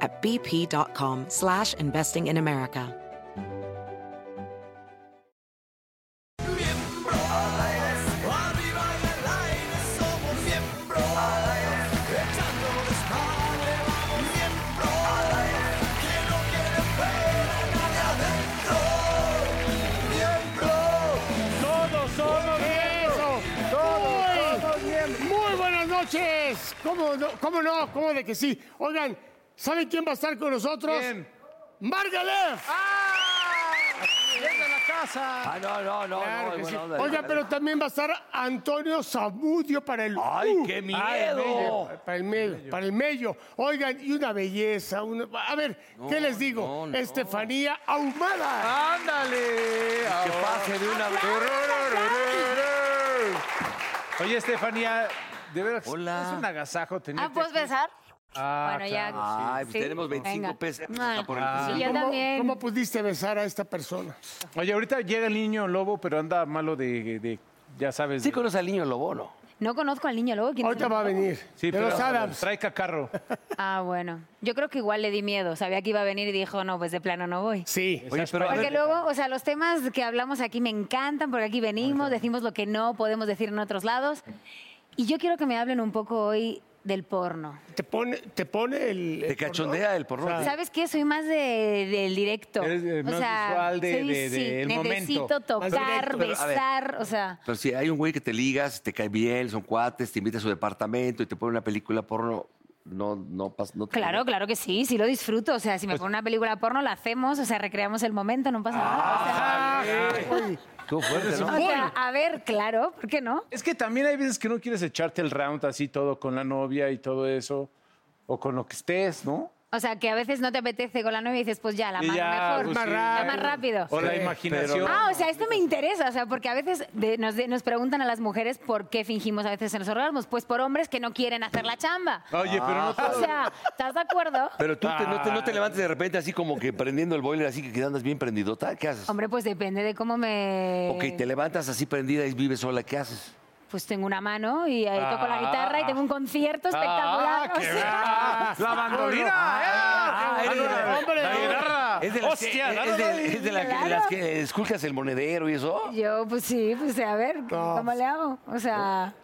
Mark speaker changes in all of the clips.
Speaker 1: at bp.com slash investing in America.
Speaker 2: Miembro al aire, arriba en el aire, somos miembro al aire, echando desmadre, vamos miembro al aire, que no quiere ver a nadie adentro, miembro,
Speaker 3: Todos somos miembros. Todos somos Muy buenas noches. ¿Cómo no? ¿Cómo no? ¿Cómo de que sí? Oigan, ¿saben quién va a estar con nosotros?
Speaker 4: ¿Quién?
Speaker 3: ¡Margalef!
Speaker 4: ¡Llega a la casa!
Speaker 5: Ah, no, no, no,
Speaker 3: Claro
Speaker 5: no,
Speaker 3: que
Speaker 5: buena
Speaker 3: sí.
Speaker 5: onda.
Speaker 3: Oigan, pero también va a estar Antonio Zamudio para el...
Speaker 5: ¡Ay,
Speaker 3: Uh,
Speaker 5: qué
Speaker 3: mello,
Speaker 5: miedo!
Speaker 3: Para el medio, para el medio. Oigan, y una belleza. una- A ver, ¿qué les digo?
Speaker 5: no, Ah, no.
Speaker 3: Estefanía Ahumada.
Speaker 4: ¡Ándale!
Speaker 5: Que pase de una vez.
Speaker 4: Oye, Estefanía, de veras,
Speaker 5: Hola.
Speaker 4: es un agasajo tenerte
Speaker 6: Ah, ¿puedes
Speaker 4: aquí.
Speaker 6: besar?
Speaker 4: Ah,
Speaker 6: Bueno, ya.
Speaker 4: claro,
Speaker 5: Ay, pues
Speaker 6: Sí.
Speaker 5: tenemos 25
Speaker 6: Venga.
Speaker 5: pesos
Speaker 6: Ah.
Speaker 5: por el
Speaker 6: Sí,
Speaker 5: piso.
Speaker 6: yo
Speaker 3: ¿Cómo,
Speaker 6: también.
Speaker 3: ¿Cómo pudiste besar a esta persona?
Speaker 4: Oye, ahorita llega el niño lobo, pero anda malo de, de- ya sabes.
Speaker 5: Sí
Speaker 4: de-
Speaker 5: conoce al niño lobo, ¿no?
Speaker 6: No conozco al niño lobo. ¿quién
Speaker 3: Ahorita
Speaker 6: es?
Speaker 3: va a venir.
Speaker 4: Sí,
Speaker 3: de
Speaker 4: pero
Speaker 3: los Adams.
Speaker 4: trae cacarro.
Speaker 6: Ah, bueno. Yo creo que igual le di miedo. Sabía que iba a venir y dijo, no, pues de plano no voy.
Speaker 3: Sí.
Speaker 5: Oye, pero a
Speaker 6: Porque
Speaker 5: ver,
Speaker 6: luego, o sea, los temas que hablamos aquí me encantan, porque aquí venimos, decimos lo que no podemos decir en otros lados. Y yo quiero que me hablen un poco hoy del porno.
Speaker 3: Te pone, te pone el.
Speaker 5: te
Speaker 3: el
Speaker 5: cachondea el porno.
Speaker 6: ¿Sabes qué? Soy más de- del directo.
Speaker 4: Eres, eh, más visual de-
Speaker 6: soy-
Speaker 4: de- de-
Speaker 6: sí,
Speaker 4: el
Speaker 6: necesito
Speaker 4: momento.
Speaker 6: tocar,
Speaker 3: directo.
Speaker 5: Pero, a ver.
Speaker 6: besar, o sea...
Speaker 5: Pero si hay un güey que te ligas, te cae bien, son cuates, te invita a su departamento y te pone una película porno, no, no pasa. No te-
Speaker 6: Claro, claro que sí, sí lo disfruto. O sea,
Speaker 4: Pues
Speaker 6: si me pone una película porno, la hacemos, o sea, recreamos el momento, no pasa nada.
Speaker 4: Ah,
Speaker 6: O sea,
Speaker 5: Estuvo fuerte, ¿no?
Speaker 6: o sea, a ver, claro, ¿por qué no?
Speaker 4: Es que también hay veces que no quieres echarte el round así todo con la novia y todo eso, o con lo que estés, ¿no?
Speaker 6: O sea, que a veces no te apetece con la novia y dices, pues ya, la
Speaker 4: Y
Speaker 6: más
Speaker 4: ya,
Speaker 6: mejor,
Speaker 4: pues
Speaker 3: sí.
Speaker 6: la más rápido.
Speaker 4: O la
Speaker 3: Sí,
Speaker 4: imaginación.
Speaker 6: Ah, o sea, esto me interesa, o sea, porque a veces de- nos, de- nos preguntan a las mujeres por qué fingimos a veces en los orgasmos. Pues por hombres que no quieren hacer la chamba.
Speaker 5: Ah,
Speaker 4: Oye, pero no
Speaker 6: O sea, ¿estás de acuerdo?
Speaker 5: Pero tú te- no, te, no te levantes de repente así como que prendiendo el boiler, así que andas bien prendidota. ¿Qué haces?
Speaker 6: Hombre, pues depende de cómo me...
Speaker 5: Ok, te levantas así prendida y vives sola, ¿qué haces?
Speaker 6: Pues tengo una mano y ahí toco la guitarra y tengo un concierto
Speaker 4: Ah,
Speaker 6: espectacular. o
Speaker 4: qué
Speaker 6: sea.
Speaker 4: va. ¡La bandolina!
Speaker 5: Ah,
Speaker 4: eh.
Speaker 5: eres de la-
Speaker 4: ¡Hombre!
Speaker 5: la
Speaker 4: guitarra.
Speaker 5: ¿Es de las, que-
Speaker 4: ¡Hostia!
Speaker 5: es de- es de la-
Speaker 6: claro.
Speaker 5: de las que esculcas el monedero y eso?
Speaker 6: Yo, pues sí, pues a ver, ¿cómo le hago? O sea, a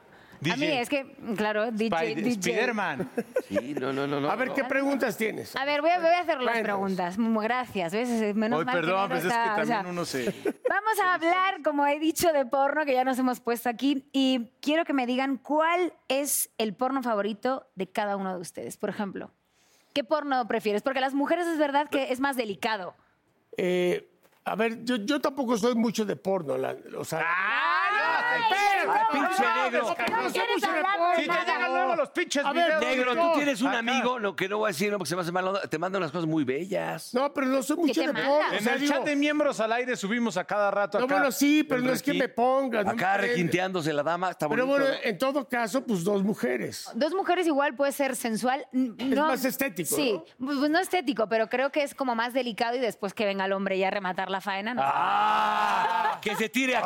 Speaker 4: DJ.
Speaker 6: mí es que, claro, DJ,
Speaker 4: Spider-
Speaker 6: DJ.
Speaker 4: Spiderman.
Speaker 5: Sí, no, no, no. no
Speaker 3: A ver, ¿qué preguntas tienes?
Speaker 6: A ver, voy a, voy a hacer las
Speaker 3: Cuéntanos.
Speaker 6: preguntas. Mm, Gracias. ¿ves? Es- Menos
Speaker 4: Ay,
Speaker 6: mal que
Speaker 4: perdón,
Speaker 6: Nero
Speaker 4: pues es que
Speaker 6: está, o
Speaker 4: también
Speaker 6: sea,
Speaker 4: uno se...
Speaker 6: Vamos a hablar, como he dicho, de porno, que ya nos hemos puesto aquí. Y quiero que me digan cuál es el porno favorito de cada uno de ustedes. Por ejemplo, ¿qué porno prefieres? Porque las mujeres es verdad que es más delicado.
Speaker 3: Eh, a ver, yo, yo tampoco soy mucho de porno. la- o sea.
Speaker 6: ¡Ay,
Speaker 3: espérate,
Speaker 6: no,
Speaker 5: pinche
Speaker 6: no,
Speaker 5: negro!
Speaker 6: es que
Speaker 3: Yo
Speaker 6: No
Speaker 3: no soy
Speaker 6: quieres
Speaker 3: mucho de
Speaker 6: hablar
Speaker 3: porno.
Speaker 6: de
Speaker 4: Si te
Speaker 6: nada.
Speaker 4: llegan luego los pinches
Speaker 3: A ver,
Speaker 4: videos.
Speaker 5: Negro, tú
Speaker 3: No,
Speaker 5: tienes un
Speaker 4: acá.
Speaker 5: amigo, no, que no voy a decir, no, porque se me hace mal, onda, te manda unas cosas muy bellas.
Speaker 3: No, pero no soy mucho
Speaker 6: te
Speaker 3: de
Speaker 6: manda?
Speaker 3: porno. o
Speaker 4: En
Speaker 3: sea,
Speaker 4: el
Speaker 3: digo,
Speaker 4: chat de miembros al aire subimos a cada rato
Speaker 3: no,
Speaker 4: acá.
Speaker 3: bueno, sí, pero
Speaker 4: El
Speaker 3: no es que
Speaker 4: requin-
Speaker 3: me pongan. no
Speaker 5: Acá
Speaker 3: me prende.
Speaker 5: requinteándose la dama, está
Speaker 3: Pero
Speaker 5: bonito.
Speaker 3: bueno, eh,
Speaker 5: ¿no?
Speaker 3: en todo caso, pues dos mujeres.
Speaker 6: Dos mujeres igual puede ser sensual. n-
Speaker 3: Es
Speaker 6: no-
Speaker 3: más estético,
Speaker 6: Sí, pues pues no estético, pero creo que es como más delicado y después que venga el hombre ya a rematar la faena. ¿no?
Speaker 5: ¡Ah! Que se tire a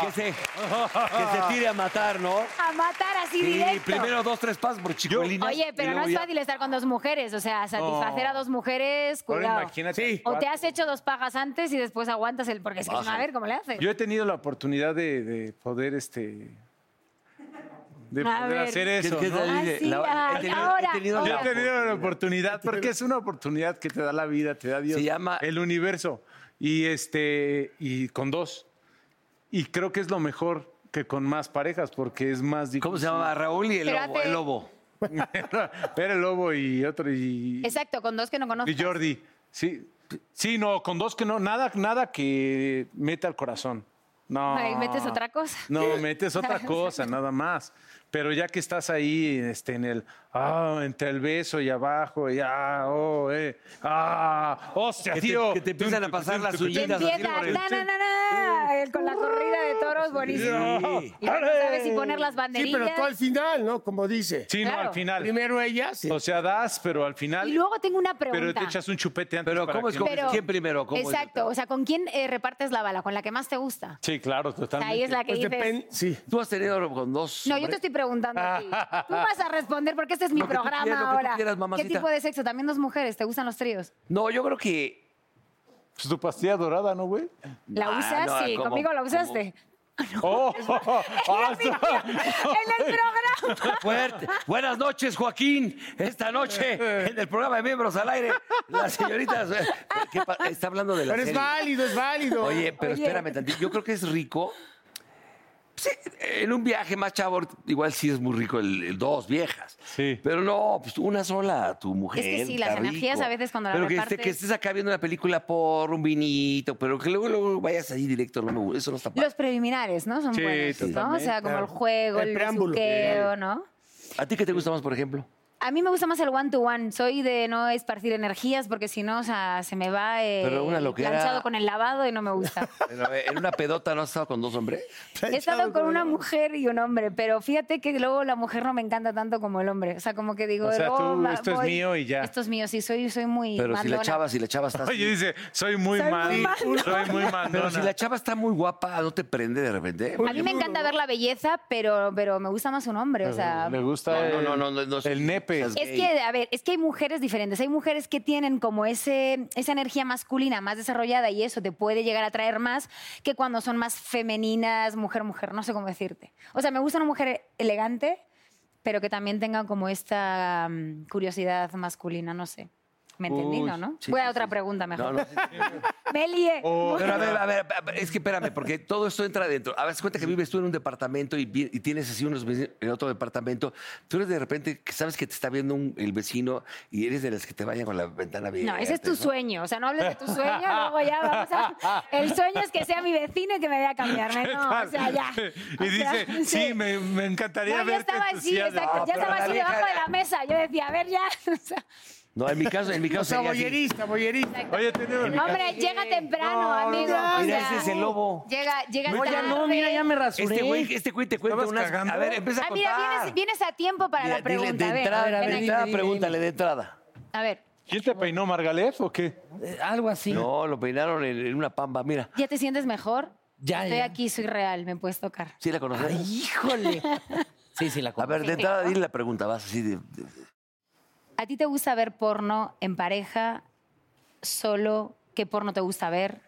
Speaker 5: que se, que se, que se tire a matar, ¿no?
Speaker 6: A matar así
Speaker 5: Y
Speaker 6: directo.
Speaker 5: primero dos, tres pasos por chicuelinas.
Speaker 6: Oye,
Speaker 5: y
Speaker 6: pero no
Speaker 5: luego
Speaker 6: es
Speaker 5: ya-
Speaker 6: fácil estar con dos mujeres, o sea, satisfacer
Speaker 4: No.
Speaker 6: a dos mujeres,
Speaker 4: Ahora
Speaker 6: cuidado.
Speaker 4: imagínate.
Speaker 3: Sí.
Speaker 6: O te has hecho dos pajas antes y después aguantas el porque es que si no, a ver cómo le haces.
Speaker 4: Yo he tenido la oportunidad de, de poder, este... De
Speaker 6: A
Speaker 4: poder
Speaker 6: ver.
Speaker 4: hacer
Speaker 5: ¿Qué-
Speaker 4: eso,
Speaker 5: qué
Speaker 4: ¿no?
Speaker 5: tal?
Speaker 6: Ah, sí,
Speaker 5: he
Speaker 6: ay,
Speaker 5: tenido- he
Speaker 6: ahora,
Speaker 5: tenido
Speaker 4: Yo
Speaker 6: ahora.
Speaker 4: he tenido la oportunidad, porque es una oportunidad que te da la vida, te da Dios.
Speaker 5: Se llama-
Speaker 4: El universo. Y, este, y con dos. Y creo que es lo mejor que con más parejas, porque es más difícil.
Speaker 5: ¿Cómo se llamaba? Raúl y el lobo.
Speaker 6: Espérate.
Speaker 5: El lobo.
Speaker 4: Era el lobo y otro. Y,
Speaker 6: Exacto, con dos que no conozco.
Speaker 4: y Jordi. Sí, sí, no, con dos que no. Nada, nada que meta al corazón. No.
Speaker 6: Ahí metes otra cosa.
Speaker 4: No, metes otra cosa, nada más. Pero ya que estás ahí, este, en el, ah, entre el beso y abajo, y ah, oh, eh, ah, hostia,
Speaker 5: Que te-
Speaker 4: tío.
Speaker 5: que te empiezan a pasar las
Speaker 6: Y
Speaker 5: uñitas así
Speaker 6: empieza
Speaker 5: por el-
Speaker 6: na, na, na, na, el-
Speaker 3: Uh,
Speaker 6: con la corrida de toros, buenísimo.
Speaker 4: Sí.
Speaker 6: Y ya no sabes si poner las
Speaker 3: Sí,
Speaker 6: banderillas.
Speaker 3: pero tú al final, ¿no? Como dice.
Speaker 4: Sí, no,
Speaker 6: Claro.
Speaker 4: al final.
Speaker 3: Primero ellas. sí.
Speaker 4: O sea, das, pero al final.
Speaker 6: Y luego tengo una pregunta.
Speaker 4: pero te echas un chupete antes.
Speaker 5: Pero
Speaker 4: para
Speaker 5: ¿cómo es?
Speaker 4: que-
Speaker 5: ¿Con quién primero? ¿Cómo es?
Speaker 6: exacto, o sea, ¿con quién eh, repartes la bala? ¿Con la que más te gusta?
Speaker 4: Sí, claro,
Speaker 6: O sea,
Speaker 4: totalmente.
Speaker 6: ahí es la que
Speaker 3: Pues
Speaker 6: dices...
Speaker 3: depen- sí.
Speaker 5: Tú has tenido con dos.
Speaker 6: No, yo te estoy preguntando a ti. Tú vas a responder porque este es mi
Speaker 5: Lo que tú
Speaker 6: programa
Speaker 5: quieras, lo que tú
Speaker 6: ahora.
Speaker 5: quieras, mamacita.
Speaker 6: ¿Qué tipo de sexo? También dos mujeres, ¿te gustan los tríos?
Speaker 5: No, yo creo que.
Speaker 4: Pues tu pastilla dorada, ¿no, güey?
Speaker 6: ¿La
Speaker 5: Ah,
Speaker 6: usas?
Speaker 5: no,
Speaker 6: sí,
Speaker 5: ¿cómo?
Speaker 6: conmigo la usaste.
Speaker 4: ¡Oh! ah,
Speaker 6: en el programa.
Speaker 5: Fuerte. Buenas noches, Joaquín. Esta noche, en el programa de Miembros al Aire, la señorita eh, ¿qué pa- está hablando de la
Speaker 3: Pero es
Speaker 5: serie.
Speaker 3: válido, es válido.
Speaker 5: Oye, pero
Speaker 6: Oye.
Speaker 5: espérame tantito. Yo creo que es rico. Sí, en un viaje más chavo, igual sí es muy rico el, el dos viejas.
Speaker 4: Sí.
Speaker 5: Pero no, pues una sola, tu mujer.
Speaker 6: Es que sí, las
Speaker 5: está
Speaker 6: energías
Speaker 5: rico.
Speaker 6: a veces cuando las
Speaker 5: Pero que, esté-
Speaker 6: repartes-
Speaker 5: que estés acá viendo una película por un vinito, pero que luego, luego vayas ahí directo, no me gusta. Eso no está padre.
Speaker 6: Los preliminares, ¿no? Son
Speaker 4: Sí,
Speaker 6: buenos, ¿no? O
Speaker 4: totalmente,
Speaker 6: sea, como el
Speaker 3: claro.
Speaker 6: juego,
Speaker 3: El
Speaker 6: el,
Speaker 3: preámbulo.
Speaker 6: besuqueo, ¿no?
Speaker 5: ¿A ti qué te gusta más, por ejemplo?
Speaker 6: A mí me gusta más el one-to-one. Soy de no esparcir energías porque si no, o sea, se me va eh,
Speaker 5: Pero una loquera.
Speaker 6: planchado con el lavado y no me gusta.
Speaker 5: Pero, a ver, en una pedota no has estado con dos hombres.
Speaker 6: He estado con una mujer y un hombre, pero fíjate que luego la mujer no me encanta tanto como el hombre. O sea, como que digo,
Speaker 4: O sea,
Speaker 6: "Oh,
Speaker 4: tú,
Speaker 6: va-
Speaker 4: esto es
Speaker 6: voy".
Speaker 4: mío y ya.
Speaker 6: Esto es mío, sí, soy, soy muy.
Speaker 5: Pero si la
Speaker 6: mandona.
Speaker 5: chava, si la chava está. así-
Speaker 4: Oye, dice, soy muy
Speaker 6: Soy muy
Speaker 4: mal.
Speaker 6: mandona.
Speaker 4: Soy muy mandona.
Speaker 5: pero si la chava está muy guapa, ¿no te prende de repente?
Speaker 6: A mí me encanta ver la belleza, pero, pero me gusta más un hombre. O sea,
Speaker 4: Le gusta
Speaker 5: No,
Speaker 4: el,
Speaker 5: no, no, no, no, no.
Speaker 4: el nepe.
Speaker 5: Estás-
Speaker 6: Es
Speaker 5: gay.
Speaker 6: que, a ver, es que hay mujeres diferentes. Hay mujeres que tienen como ese, esa energía masculina más desarrollada y eso te puede llegar a atraer más que cuando son más femeninas, mujer, mujer. No sé cómo decirte. O sea, me gusta una mujer elegante, pero que también tenga como esta mm, curiosidad masculina, no sé. ¿Me entendí,
Speaker 4: Uy,
Speaker 6: no? no?
Speaker 5: sí,
Speaker 6: Voy
Speaker 5: sí,
Speaker 6: a otra
Speaker 5: sí.
Speaker 6: pregunta
Speaker 5: No,
Speaker 6: mejor.
Speaker 5: no, sí, sí.
Speaker 6: Me lié.
Speaker 4: Oh,
Speaker 5: Pero a ver, a ver, a ver, es que espérame, porque todo esto entra adentro. A ver, haz cuenta que vives tú en un departamento y, vi- y tienes así unos vecinos en otro departamento. Tú eres de repente que sabes que te está viendo un- el vecino y eres de las que te vayan con la ventana abierta.
Speaker 6: No, ese es tu
Speaker 5: ¿no?
Speaker 6: sueño. O sea, no hables de tu sueño, luego ya vamos a... El sueño es que sea mi vecino y que me vea cambiarme. No, o sea, ya.
Speaker 4: Y
Speaker 6: O sea,
Speaker 4: dice, sí, me, me encantaría
Speaker 6: No, ya
Speaker 4: verte
Speaker 6: estaba así,
Speaker 4: entusiasmado".
Speaker 6: exacto, ya estaba
Speaker 5: la
Speaker 6: así
Speaker 5: vieja-
Speaker 6: debajo de la mesa. Yo decía, a ver, ya. o sea,
Speaker 5: No, en mi caso, en mi
Speaker 3: O
Speaker 5: caso
Speaker 3: sea,
Speaker 5: sería así.
Speaker 3: boyerista, boyerista.
Speaker 4: Oye, tenemos...
Speaker 6: hombre, llega temprano, amigo.
Speaker 3: ya,
Speaker 6: o
Speaker 5: Mira,
Speaker 6: sea,
Speaker 5: ese es el lobo.
Speaker 6: Llega, llega
Speaker 5: No, ya
Speaker 6: tarde.
Speaker 5: no, mira, ya
Speaker 3: me
Speaker 5: Este güey, este güey te cuenta
Speaker 4: ¿Estabas
Speaker 5: unas...
Speaker 4: cagando?
Speaker 5: A ver, empieza a
Speaker 6: Ah, mira,
Speaker 5: contar.
Speaker 6: vienes, vienes a tiempo para
Speaker 5: Mira,
Speaker 6: la
Speaker 5: dile,
Speaker 6: pregunta.
Speaker 5: de
Speaker 6: a ver,
Speaker 5: entrada,
Speaker 6: ven
Speaker 5: de
Speaker 6: aquí.
Speaker 5: entrada, pregúntale, de entrada.
Speaker 6: A ver,
Speaker 4: ¿Quién te peinó, Margalef o qué?
Speaker 3: Eh,
Speaker 7: Algo así.
Speaker 5: No, lo peinaron en, en una pamba, mira.
Speaker 6: ¿ya te sientes mejor?
Speaker 7: Ya,
Speaker 6: Estoy
Speaker 7: ya.
Speaker 6: aquí, soy real, me puedes tocar.
Speaker 5: ¿Sí la conoces?
Speaker 7: Híjole. Sí, sí, la
Speaker 5: a ver, de entrada, dile la pregunta, vas así de... de-
Speaker 6: ¿A ti te gusta ver porno en pareja, solo? ¿Qué porno te gusta ver?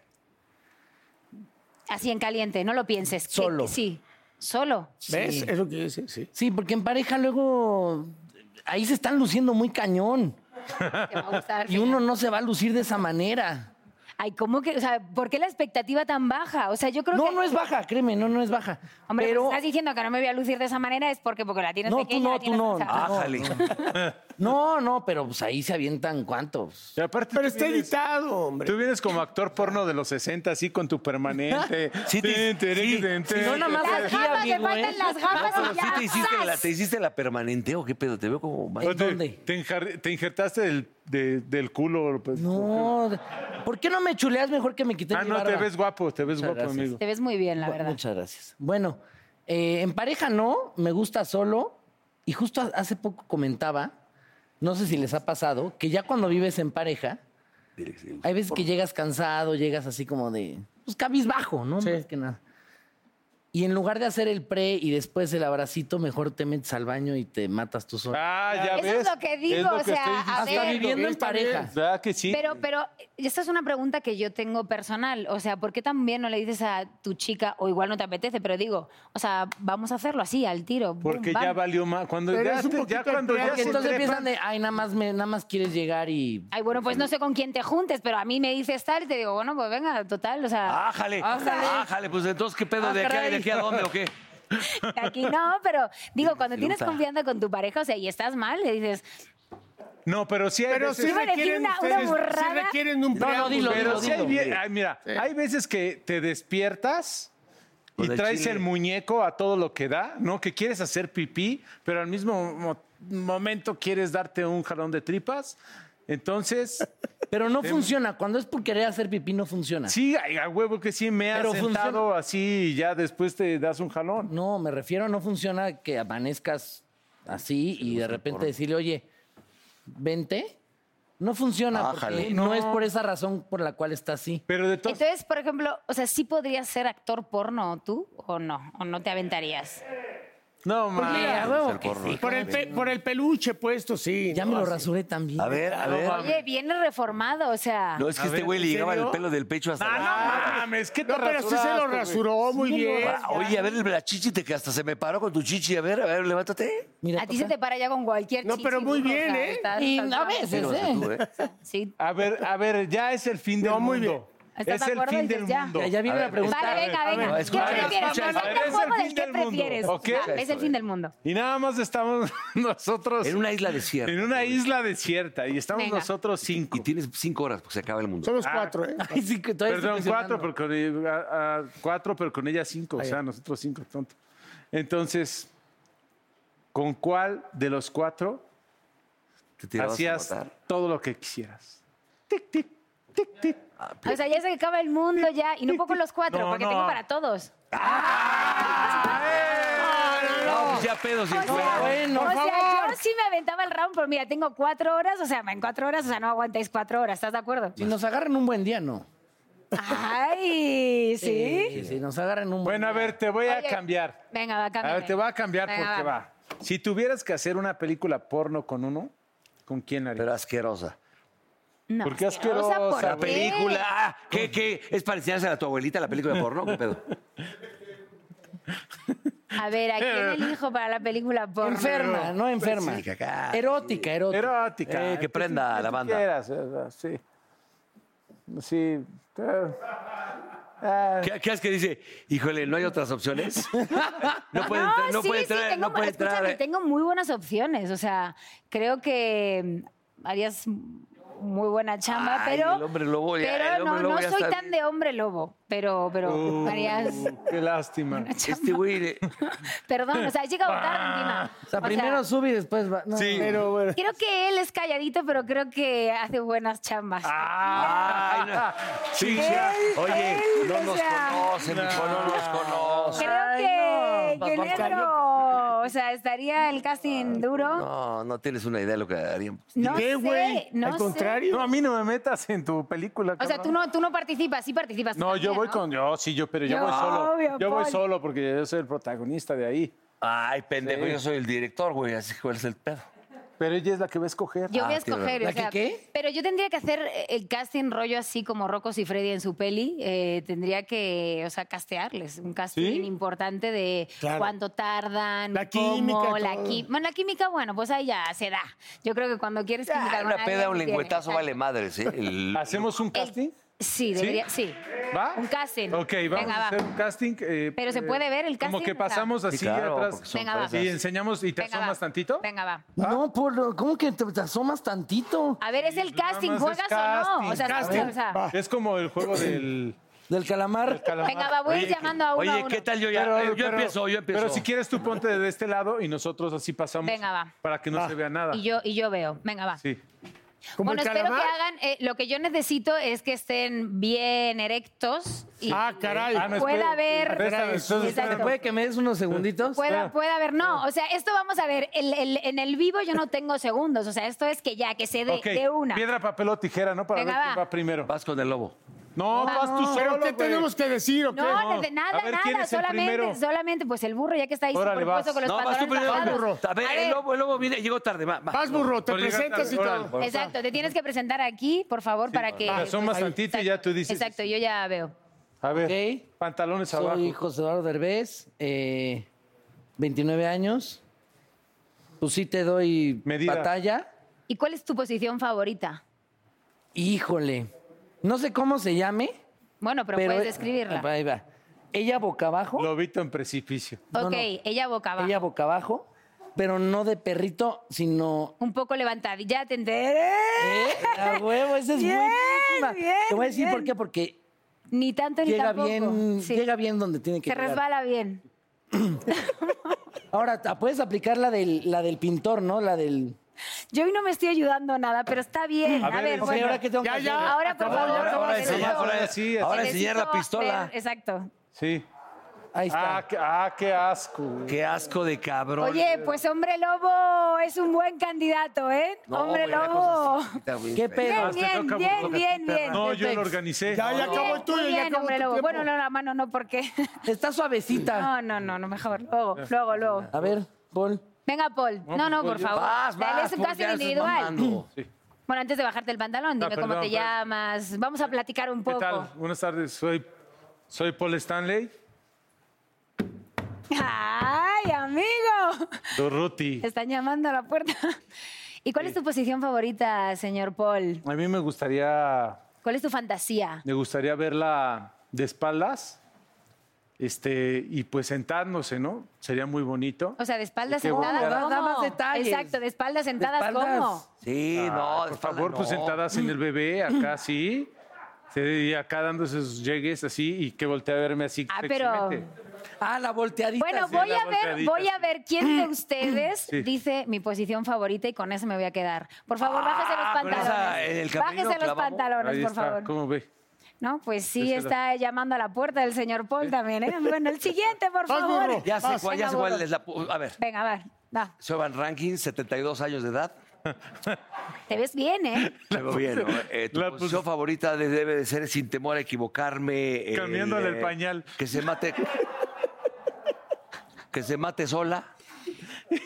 Speaker 6: Así en caliente, no lo pienses. ¿Qué-
Speaker 7: Solo.
Speaker 6: Sí, solo.
Speaker 3: ¿Ves? Es lo que dice, sí.
Speaker 7: Sí, porque en pareja luego ahí se están luciendo muy cañón
Speaker 6: Te va a gustar al
Speaker 7: y
Speaker 6: final.
Speaker 7: uno no se va a lucir de esa manera.
Speaker 6: Ay, ¿cómo que? O sea, ¿por qué la expectativa tan baja? O sea, yo creo
Speaker 7: No,
Speaker 6: que.
Speaker 7: no es baja, créeme, no, no es baja.
Speaker 6: Hombre, pues,
Speaker 7: pero
Speaker 6: estás diciendo que no me voy a lucir de esa manera es porque, porque la tienes
Speaker 7: No, tú
Speaker 6: pequeña.
Speaker 7: no,
Speaker 6: la
Speaker 7: tú
Speaker 6: tienes-
Speaker 7: no.
Speaker 6: o sea,
Speaker 7: Ah.
Speaker 5: Ájale.
Speaker 7: no, no, pero pues ahí se avientan cuántos.
Speaker 4: Y aparte,
Speaker 3: Pero
Speaker 4: tú
Speaker 3: está
Speaker 4: vienes-
Speaker 3: editado, hombre.
Speaker 4: Tú vienes como actor porno de los 60, así con tu permanente.
Speaker 5: Sí, te-
Speaker 4: Tin, tin,
Speaker 5: sí.
Speaker 4: tin,
Speaker 7: Si no,
Speaker 4: tin.
Speaker 7: nada más
Speaker 6: Las
Speaker 7: aquí,
Speaker 6: gafas, te
Speaker 7: amigo, ¿eh?
Speaker 6: faltan las gafas
Speaker 5: Pero
Speaker 6: y
Speaker 5: sí
Speaker 6: ya.
Speaker 5: te hiciste, la,
Speaker 6: ¡zas!
Speaker 5: te hiciste la permanente o qué pedo, te veo como más-
Speaker 4: ¿O te-
Speaker 7: ¿dónde?
Speaker 4: Te, enjar- te injertaste del, de- del culo. pues,
Speaker 7: No, ¿por qué no me chuleas mejor que me
Speaker 4: porque-
Speaker 7: quité
Speaker 4: Ah,
Speaker 7: mi
Speaker 4: no, te
Speaker 7: barba?
Speaker 4: ves guapo, te ves
Speaker 7: Muchas
Speaker 4: guapo,
Speaker 7: gracias.
Speaker 4: amigo.
Speaker 6: Te ves muy bien, la
Speaker 7: Bu-
Speaker 6: verdad.
Speaker 7: Muchas gracias. Bueno, eh, en pareja no, me gusta solo. Y justo ha- hace poco comentaba, no sé si les ha pasado, que ya cuando vives en pareja, hay veces que llegas cansado, llegas así como de, pues cabizbajo, ¿no? Más que nada. Y en lugar de hacer el pre y después el abracito, mejor te metes al baño y te matas tú solo.
Speaker 4: Ah, ya
Speaker 6: Eso es
Speaker 4: ves.
Speaker 6: lo que digo, o sea, a
Speaker 4: diciendo.
Speaker 6: ver.
Speaker 7: Viviendo en
Speaker 4: Está
Speaker 7: pareja.
Speaker 4: bien, ¿Verdad que sí?
Speaker 6: Pero, pero esta es una pregunta que yo tengo personal. O sea, ¿por qué también no le dices a tu chica, o igual no te apetece, pero digo, o sea, vamos a hacerlo así, al tiro? boom,
Speaker 4: Porque
Speaker 6: bam.
Speaker 4: ya valió más. Cuando
Speaker 3: Pero
Speaker 4: ya,
Speaker 3: es un
Speaker 4: te- ya
Speaker 3: poquito
Speaker 4: cuando
Speaker 3: el
Speaker 4: ya
Speaker 3: plan,
Speaker 7: Porque
Speaker 4: se
Speaker 7: entonces
Speaker 4: trepan,
Speaker 7: piensan de, ay, nada más, me, nada más quieres llegar y...
Speaker 6: Ay, bueno, pues no sé con quién te juntes, pero a mí me dices tal y te digo, bueno, pues venga, total, o sea,
Speaker 5: Ájale,
Speaker 7: Ájale.
Speaker 5: ájale, pues entonces, ¿qué pedo?
Speaker 7: Ah,
Speaker 5: ¿De aquí a-
Speaker 7: caray.
Speaker 5: de aquí a dónde o qué?
Speaker 6: aquí no, pero digo, cuando
Speaker 5: Sí,
Speaker 6: tienes
Speaker 5: gusta.
Speaker 6: confianza con tu pareja, o sea, y estás mal, le dices,
Speaker 4: No, pero sí hay
Speaker 3: Pero
Speaker 4: veces-
Speaker 3: sí
Speaker 6: Iba a decir
Speaker 3: requieren,
Speaker 6: una- una
Speaker 3: ustedes- sí
Speaker 6: burrada.
Speaker 3: requieren un
Speaker 7: No, no, dilo,
Speaker 3: preámbulo.
Speaker 7: dilo,
Speaker 4: Pero sí
Speaker 7: dilo.
Speaker 4: hay vie- ay, mira, hay veces que te despiertas y
Speaker 5: Con el
Speaker 4: traes
Speaker 5: chile.
Speaker 4: el muñeco a todo lo que da, ¿no? Que quieres hacer pipí, pero al mismo mo- momento quieres darte un jalón de tripas. Entonces,
Speaker 7: Pero no funciona. Cuando es por querer hacer pipí, no funciona.
Speaker 4: sí, ay, a huevo que sí me has
Speaker 7: Pero funciona.
Speaker 4: sentado así y ya después te das un jalón.
Speaker 7: No, me refiero, no funciona que amanezcas así y de repente decirle, oye, vente. No funciona porque
Speaker 5: Ájale.
Speaker 7: no. es por esa razón por la cual está así.
Speaker 4: Pero de todas
Speaker 6: entonces, por ejemplo, o sea, ¿sí podrías ser actor porno tú o no? ¿O no te aventarías?
Speaker 4: No,
Speaker 7: Sí,
Speaker 4: mames.
Speaker 7: pues a huevo
Speaker 5: Ser
Speaker 7: que
Speaker 5: porno.
Speaker 7: sí.
Speaker 3: Por el, pe- por el peluche puesto, sí.
Speaker 7: Ya
Speaker 3: ¿no?
Speaker 7: me lo
Speaker 3: Así.
Speaker 7: rasuré también.
Speaker 5: Ah, A ver, a ver.
Speaker 6: Oye, viene reformado, o sea...
Speaker 5: No, es que
Speaker 4: A
Speaker 5: este
Speaker 4: ver,
Speaker 5: güey le
Speaker 4: ¿en
Speaker 5: llegaba el
Speaker 4: serio?
Speaker 5: pelo del pecho hasta
Speaker 4: Ah,
Speaker 5: la...
Speaker 4: no mames, ¿qué te
Speaker 3: No, pero sí se
Speaker 4: rasuraste,
Speaker 3: lo
Speaker 4: güey?
Speaker 3: rasuró muy bien.
Speaker 5: Ah, Oye, a ver, la chichi, te, que hasta se me paró con tu chichi. A ver, a ver, levántate.
Speaker 7: Mira,
Speaker 6: A ti se te para ya con cualquier
Speaker 3: No,
Speaker 6: chichi,
Speaker 3: pero muy
Speaker 6: burro, o
Speaker 3: bien,
Speaker 6: sea,
Speaker 3: ¿eh?
Speaker 6: estás-
Speaker 7: Y
Speaker 6: estás
Speaker 7: a
Speaker 6: mal.
Speaker 7: veces,
Speaker 5: Pero, o sea,
Speaker 7: ¿eh.
Speaker 5: tú, ¿eh?
Speaker 6: Sí,
Speaker 4: A ver, a ver, ya es el fin del
Speaker 3: No, muy
Speaker 4: mundo.
Speaker 6: bien.
Speaker 4: Es
Speaker 6: ¿Estás de
Speaker 4: el
Speaker 6: acuerdo?
Speaker 4: fin del
Speaker 6: Dices, ya.
Speaker 4: mundo.
Speaker 7: Mira, ya viene la pregunta.
Speaker 6: Vale, venga,
Speaker 5: a ver,
Speaker 6: venga.
Speaker 5: escucha,
Speaker 6: ¿Qué prefieres?
Speaker 5: escucha,
Speaker 6: No,
Speaker 5: a ver,
Speaker 6: no,
Speaker 4: es el
Speaker 6: juego del
Speaker 4: fin
Speaker 6: qué
Speaker 4: del mundo,
Speaker 6: prefieres.
Speaker 4: ¿ok?
Speaker 6: Ya, Es el fin del mundo.
Speaker 4: Y nada más estamos nosotros
Speaker 5: En una isla desierta.
Speaker 4: en una isla desierta y estamos
Speaker 6: Venga.
Speaker 4: nosotros cinco.
Speaker 5: Y tienes cinco horas porque se acaba el mundo.
Speaker 3: Somos
Speaker 7: Ah.
Speaker 3: cuatro, ¿eh?
Speaker 7: Ay, sí, que todavía
Speaker 4: Perdón,
Speaker 7: estoy
Speaker 4: cuatro,
Speaker 7: presionando.
Speaker 4: pero con, eh, a- a- cuatro, pero con ella cinco. O sea, nosotros cinco, tonto. Entonces, ¿con cuál de los cuatro
Speaker 5: Te tirabas a
Speaker 4: hacías
Speaker 5: matar.
Speaker 4: todo lo que quisieras? Tic, tic, tic, tic.
Speaker 6: O sea, ya se acaba el mundo ya. Y no puedo con los cuatro,
Speaker 4: No,
Speaker 6: porque
Speaker 4: no. Ah,
Speaker 6: tengo para todos.
Speaker 5: No, pues ya pedos y
Speaker 6: O
Speaker 5: el juego.
Speaker 6: sea,
Speaker 7: bueno,
Speaker 6: o
Speaker 7: por
Speaker 6: sea,
Speaker 7: favor.
Speaker 6: yo sí me aventaba el round, pero mira, tengo cuatro horas. O sea, en cuatro horas, o sea, no aguantáis cuatro horas. ¿Estás de acuerdo?
Speaker 7: Si nos agarran un buen día, no.
Speaker 6: Ay, ¿sí?
Speaker 7: Si nos agarran un buen
Speaker 4: Bueno, a ver, te voy a
Speaker 6: Oye,
Speaker 4: cambiar.
Speaker 6: Venga, va,
Speaker 4: A
Speaker 6: cámbiame.
Speaker 4: ver, te voy a cambiar
Speaker 6: Venga,
Speaker 4: porque va. Si tuvieras que hacer una película porno con uno, ¿con quién harías?
Speaker 5: Pero asquerosa.
Speaker 6: No,
Speaker 4: ¿Por qué
Speaker 6: asquerosa,
Speaker 4: asquerosa,
Speaker 6: ¿por
Speaker 4: la
Speaker 6: qué?
Speaker 5: Película. ah, ¿Qué, qué? ¿Es para enseñársela a tu abuelita la película de porno? ¿Qué pedo?
Speaker 6: A ver, ¿a quién elijo para la película porno?
Speaker 7: Enferma, no enferma.
Speaker 5: sí, caca.
Speaker 7: erótica, erótica.
Speaker 4: Erótica.
Speaker 5: Eh, que
Speaker 4: el tú-
Speaker 5: prenda
Speaker 4: que
Speaker 5: la
Speaker 4: tú
Speaker 5: banda.
Speaker 4: quieras, eh, sí. Sí. eh, eh,
Speaker 5: ¿Qué, qué es que dice? Híjole, ¿no hay otras opciones? No puede
Speaker 6: Ah, No,
Speaker 5: entrar, no
Speaker 6: sí,
Speaker 5: puede
Speaker 6: sí,
Speaker 5: entrar,
Speaker 6: tengo,
Speaker 5: no puede
Speaker 6: escúchame,
Speaker 5: entrar. eh.
Speaker 6: tengo muy buenas opciones. O sea, creo que mm, harías muy buena chamba,
Speaker 5: Ay,
Speaker 6: pero.
Speaker 5: el hombre lobo ya,
Speaker 6: pero
Speaker 5: el hombre
Speaker 6: no,
Speaker 5: lobo
Speaker 6: no
Speaker 5: ya
Speaker 6: soy
Speaker 5: está
Speaker 6: tan
Speaker 5: bien.
Speaker 6: de hombre lobo, pero, pero
Speaker 4: uh,
Speaker 6: harías.
Speaker 4: Qué lástima.
Speaker 5: Este güey, le-
Speaker 6: Perdón, o sea, llega a votar
Speaker 5: Ah.
Speaker 6: encima.
Speaker 7: O sea, primero sube y después va. no,
Speaker 4: Sí.
Speaker 3: Pero bueno.
Speaker 6: Creo que él es calladito, pero creo que hace buenas chambas.
Speaker 5: Ah, Ay, no.
Speaker 4: Sí,
Speaker 5: Sí,
Speaker 4: ya.
Speaker 5: Oye,
Speaker 6: él,
Speaker 5: no
Speaker 6: o
Speaker 5: nos
Speaker 6: sea.
Speaker 5: conoce, mijo, no nos conoce.
Speaker 6: Creo
Speaker 7: Ay,
Speaker 6: que,
Speaker 7: no,
Speaker 6: que
Speaker 7: papá,
Speaker 6: negro, o sea, estaría el casting duro.
Speaker 5: No, no tienes una idea de lo que harían.
Speaker 6: No,
Speaker 3: ¿Qué,
Speaker 6: sé,
Speaker 3: güey?
Speaker 6: no
Speaker 3: Al
Speaker 6: sé.
Speaker 3: contrario.
Speaker 4: No, a mí no me metas en tu película.
Speaker 6: O sea,
Speaker 4: cabrón.
Speaker 6: tú no, tú no participas, sí participas. tú
Speaker 4: No, yo
Speaker 6: también,
Speaker 4: voy
Speaker 6: ¿no?
Speaker 4: con. Yo sí, yo, pero yo
Speaker 6: Yo,
Speaker 4: voy solo.
Speaker 6: obvio,
Speaker 4: yo voy
Speaker 6: Paul.
Speaker 4: solo porque yo soy el protagonista de ahí.
Speaker 5: Ay, pendejo, yo soy el director, güey, así que cuál es el pedo.
Speaker 4: Pero ella es la que va a escoger.
Speaker 6: Yo voy a
Speaker 5: Ah, tiene
Speaker 6: escoger,
Speaker 7: razón.
Speaker 6: o sea,
Speaker 7: ¿La que qué?
Speaker 6: pero yo tendría que hacer eh, el casting rollo así como Rocos y Freddy en su peli. eh, tendría que, o sea, castearles un casting
Speaker 4: ¿Sí?
Speaker 6: importante de
Speaker 3: Claro.
Speaker 6: cuánto tardan,
Speaker 3: La
Speaker 6: cómo,
Speaker 3: química,
Speaker 6: la
Speaker 3: todo.
Speaker 6: química. Bueno, la química, bueno, pues ahí ya se da. Yo creo que cuando quieres química
Speaker 5: Ah,
Speaker 6: con
Speaker 5: una
Speaker 6: alguien,
Speaker 5: peda, un
Speaker 6: tienes,
Speaker 5: lengüetazo
Speaker 6: exacto.
Speaker 5: vale madres, ¿eh? El-
Speaker 4: ¿Hacemos un casting?
Speaker 6: Sí, debería, sí.
Speaker 4: ¿Va?
Speaker 6: Un casting.
Speaker 4: Ok, vamos
Speaker 6: Venga,
Speaker 4: a
Speaker 6: va.
Speaker 4: hacer un casting. eh,
Speaker 6: Pero se
Speaker 4: eh,
Speaker 6: puede ver el
Speaker 4: Como
Speaker 6: casting,
Speaker 4: que
Speaker 6: o sea.
Speaker 4: pasamos
Speaker 5: Sí,
Speaker 4: así
Speaker 5: claro, porque
Speaker 4: atrás.
Speaker 5: son
Speaker 6: Venga, va.
Speaker 5: fresas.
Speaker 4: Y enseñamos y te
Speaker 6: Venga,
Speaker 4: asomas
Speaker 6: va.
Speaker 4: tantito.
Speaker 6: Venga, va.
Speaker 7: No, Polo, ¿cómo que te te asomas tantito?
Speaker 6: A ver, es el
Speaker 4: nada
Speaker 6: casting,
Speaker 4: más
Speaker 6: ¿juegas
Speaker 4: es
Speaker 6: o no? O sea,
Speaker 4: casting,
Speaker 6: o sea,
Speaker 4: Es como el juego del
Speaker 7: Del calamar.
Speaker 4: calamar.
Speaker 6: venga, va, voy a ir llamando a uno a
Speaker 5: Oye,
Speaker 6: uno.
Speaker 5: ¿qué tal yo ya?
Speaker 4: Pero-
Speaker 5: eh, yo
Speaker 4: pero-
Speaker 5: empiezo, yo empiezo.
Speaker 4: Pero si quieres tú ponte de este lado y nosotros así pasamos
Speaker 6: Venga, va.
Speaker 4: para que no se vea nada.
Speaker 6: Y yo, y yo veo. Venga, va.
Speaker 4: Sí.
Speaker 3: Como
Speaker 6: bueno,
Speaker 3: el
Speaker 6: espero
Speaker 3: calamar.
Speaker 6: que hagan. eh, lo que yo necesito es que estén bien erectos y
Speaker 3: Ah, caray.
Speaker 4: Ah, no,
Speaker 6: pueda
Speaker 4: espera.
Speaker 6: haber.
Speaker 4: Espera, entonces,
Speaker 6: Exacto.
Speaker 7: ¿Se puede que me des unos segunditos?
Speaker 4: Ah.
Speaker 6: Pueda, pueda haber, no, o sea, esto vamos a ver, el- el- en el vivo yo no tengo segundos, o sea, esto es que ya, que se dé
Speaker 4: Ok,
Speaker 6: de una.
Speaker 4: Piedra, papel o tijera, ¿no? Para
Speaker 6: Venga,
Speaker 4: ver quién
Speaker 6: va.
Speaker 4: va primero.
Speaker 5: Vas con el lobo.
Speaker 4: No, vas tú
Speaker 3: ¿Pero
Speaker 4: solo,
Speaker 3: qué
Speaker 4: güey.
Speaker 3: tenemos que decir o qué?
Speaker 6: No, de- de nada,
Speaker 4: A ver, ¿quién
Speaker 6: nada,
Speaker 4: es el primero?
Speaker 6: solamente, solamente, pues el burro, ya que está ahí
Speaker 4: Órale,
Speaker 6: superpuesto
Speaker 4: vas.
Speaker 6: con los
Speaker 5: No, vas tú
Speaker 6: pantalones
Speaker 5: primero.
Speaker 6: bajados.
Speaker 5: A ver,
Speaker 6: A
Speaker 5: el
Speaker 6: ver,
Speaker 5: lobo, el lobo viene, llegó tarde. Va, va.
Speaker 3: Vas, burro, te
Speaker 4: Pero llegaste
Speaker 3: presentas y
Speaker 4: al- Pues órale,
Speaker 3: todo.
Speaker 4: vas.
Speaker 6: Exacto, te tienes que presentar aquí, por favor, para que...
Speaker 4: Te Ah, asomas
Speaker 6: pues,
Speaker 4: tantito y
Speaker 6: exacto,
Speaker 4: ya tú dices.
Speaker 6: Exacto, yo ya veo.
Speaker 4: A ver,
Speaker 7: Ok.
Speaker 4: pantalones abajo.
Speaker 7: Soy José Eduardo Derbez, eh, 29 años. Pues sí te doy
Speaker 4: Medida.
Speaker 7: batalla.
Speaker 6: ¿Y cuál es tu posición favorita?
Speaker 7: Híjole. No sé cómo se llame,
Speaker 6: Bueno, pero,
Speaker 7: pero... eh,
Speaker 6: puedes
Speaker 8: eh,
Speaker 6: describirla.
Speaker 7: Ahí va. Ella boca abajo.
Speaker 4: Lobito en precipicio.
Speaker 6: ok,
Speaker 7: no, no.
Speaker 6: ella boca abajo.
Speaker 7: Ella boca abajo, pero no de perrito, sino...
Speaker 6: Un poco levantada. Ya te enteré.
Speaker 7: ¿Eh? A huevo, esa es
Speaker 6: Bien,
Speaker 7: buenísima. Te voy a
Speaker 6: bien,
Speaker 7: decir por
Speaker 6: bien.
Speaker 7: qué, porque
Speaker 6: Ni tanto ni
Speaker 7: llega
Speaker 6: tampoco.
Speaker 7: bien,
Speaker 6: Sí.
Speaker 7: llega bien donde tiene que
Speaker 6: Se
Speaker 7: llegar.
Speaker 6: resbala bien.
Speaker 7: Ahora, ta- puedes aplicar la del, la del pintor, ¿no? La del...
Speaker 6: Yo hoy no me estoy ayudando a nada, pero está bien.
Speaker 4: A
Speaker 6: A,
Speaker 4: ver,
Speaker 6: ver,
Speaker 4: ok,
Speaker 7: Ok,
Speaker 6: bueno.
Speaker 7: ahora que tengo que
Speaker 3: Ya,
Speaker 7: hacer?
Speaker 3: ya.
Speaker 6: Ahora, por
Speaker 3: Acabó,
Speaker 6: favor.
Speaker 5: Ahora, ahora
Speaker 6: porque
Speaker 5: enseñar,
Speaker 6: necesito-
Speaker 5: ahora, sí, ahora enseñar la
Speaker 6: necesito
Speaker 5: pistola.
Speaker 6: ver- exacto.
Speaker 4: Sí.
Speaker 7: Ahí está.
Speaker 4: Ah, qué- ah, qué asco. güey.
Speaker 5: Qué asco de cabrón.
Speaker 6: Oye, pues Hombre Lobo es un buen candidato, ¿eh?
Speaker 5: No,
Speaker 6: hombre
Speaker 5: güey, la
Speaker 6: Lobo.
Speaker 5: cosa sí está bien
Speaker 7: ¿Qué
Speaker 5: fea.
Speaker 7: pedo?
Speaker 6: Bien, bien,
Speaker 4: toca
Speaker 6: bien,
Speaker 4: burro,
Speaker 6: bien, bien.
Speaker 4: No, yo lo
Speaker 7: Perfecto.
Speaker 4: organicé.
Speaker 3: Ya, ya acabó
Speaker 6: Bien,
Speaker 3: el tuyo,
Speaker 6: muy
Speaker 3: ya
Speaker 6: bien,
Speaker 3: acabó
Speaker 6: hombre
Speaker 3: tu
Speaker 6: lobo.
Speaker 3: tiempo.
Speaker 6: Bueno, no, la mano no, porque.
Speaker 7: Está suavecita.
Speaker 6: No, no, no, no, mejor. Luego, luego, luego.
Speaker 7: A ver, Paul.
Speaker 6: Venga, Paul. No, no, por favor.
Speaker 5: Vas,
Speaker 6: Dale,
Speaker 5: vas,
Speaker 6: es un
Speaker 5: porque
Speaker 6: caso
Speaker 5: ya estás
Speaker 6: individual.
Speaker 5: mamando.
Speaker 6: Bueno, antes de bajarte el pantalón, dime
Speaker 4: Ah,
Speaker 6: cómo
Speaker 4: perdón,
Speaker 6: te
Speaker 4: perdón.
Speaker 6: llamas. Vamos a platicar un
Speaker 4: ¿Qué
Speaker 6: poco.
Speaker 4: tal? Buenas tardes, soy, soy Paul Stanley.
Speaker 6: ¡Ay, amigo!
Speaker 4: Durruti.
Speaker 6: Te están llamando a la puerta. ¿Y cuál es tu posición favorita, señor Paul?
Speaker 4: A mí me gustaría,
Speaker 6: ¿Cuál es tu fantasía?
Speaker 4: me gustaría verla de espaldas. Este, y pues sentándose, ¿no? Sería muy bonito.
Speaker 6: O sea, de espaldas
Speaker 4: Sí, qué
Speaker 6: sentadas.
Speaker 4: guapa.
Speaker 6: ¿cómo?
Speaker 7: Da más detalles.
Speaker 6: Exacto, de espaldas sentadas,
Speaker 7: espaldas.
Speaker 6: ¿cómo?
Speaker 5: Sí, no,
Speaker 4: Ah, Por favor, pues sentadas en el bebé, acá sí. Sí, Y acá dándose sus llegues así y que voltea a verme así.
Speaker 6: Ah, pero-
Speaker 4: sexymente.
Speaker 7: Ah, la volteadita.
Speaker 6: Bueno,
Speaker 4: sí,
Speaker 6: voy
Speaker 4: la
Speaker 6: a ver,
Speaker 4: volteadita,
Speaker 6: voy a
Speaker 4: sí.
Speaker 6: ver quién de ustedes
Speaker 4: Sí.
Speaker 6: dice mi posición favorita y con eso me voy a quedar. Por favor, bájese los
Speaker 5: pero esa, en el
Speaker 6: pantalones.
Speaker 5: camerino
Speaker 6: Bájese los
Speaker 5: clavamos.
Speaker 6: pantalones,
Speaker 4: Ahí
Speaker 6: por
Speaker 4: está,
Speaker 6: favor.
Speaker 4: ¿cómo ve?
Speaker 6: No, pues sí,
Speaker 4: Esa es la-
Speaker 6: está llamando a la puerta del señor Paul también, ¿eh? Bueno, el siguiente, por
Speaker 3: Vas,
Speaker 6: favor.
Speaker 3: burro.
Speaker 5: Ya sé cuál, ya
Speaker 6: Venga,
Speaker 5: sé cuál
Speaker 6: burro.
Speaker 5: es la... pu- A ver,
Speaker 6: Venga, a ver, va.
Speaker 5: soy Van Ranking, 72 años de edad.
Speaker 6: Te ves bien, ¿eh?
Speaker 5: Me veo bien, ¿no? Eh, tu
Speaker 4: La
Speaker 5: posición
Speaker 4: pus-
Speaker 5: favorita de- debe de ser sin temor a equivocarme. eh,
Speaker 4: Cambiándole el pañal.
Speaker 5: Que se mate... que se mate sola.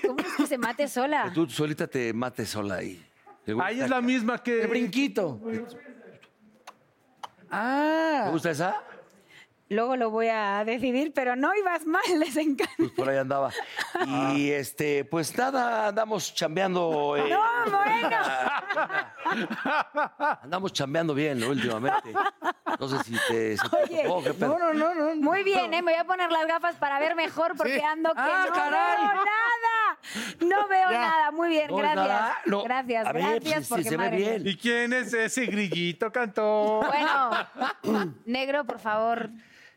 Speaker 6: ¿Cómo es que se mate
Speaker 5: Que
Speaker 6: sola?
Speaker 5: Pues tú solita te mates sola ahí. ¿Te gusta,
Speaker 4: Ahí es la misma que.
Speaker 7: El brinquito. Ah.
Speaker 5: ¿Te gusta esa?
Speaker 6: Luego lo voy a decidir, pero no ibas mal, les encanta.
Speaker 5: Pues por ahí andaba.
Speaker 6: Ah.
Speaker 5: Y este, pues nada, andamos chambeando. eh,
Speaker 6: No, bueno.
Speaker 5: Andamos chambeando bien últimamente. No sé si te. se te
Speaker 6: Oye,
Speaker 5: antojó, ¿qué pedo?
Speaker 7: No, no, no, no.
Speaker 6: Muy bien, ¿eh? Me voy a poner las gafas para ver mejor porque
Speaker 3: Sí.
Speaker 6: ando que
Speaker 7: Ah,
Speaker 6: no
Speaker 7: caray.
Speaker 6: veo nada. No veo nada. Muy bien,
Speaker 5: No,
Speaker 6: gracias.
Speaker 5: nada, no.
Speaker 6: Gracias,
Speaker 5: A ver,
Speaker 6: gracias.
Speaker 5: pues, sí,
Speaker 6: porque
Speaker 5: se ve
Speaker 6: madre
Speaker 5: bien.
Speaker 4: ¿Y quién es ese grillito, cantó?
Speaker 6: mía. Bueno, negro, por favor.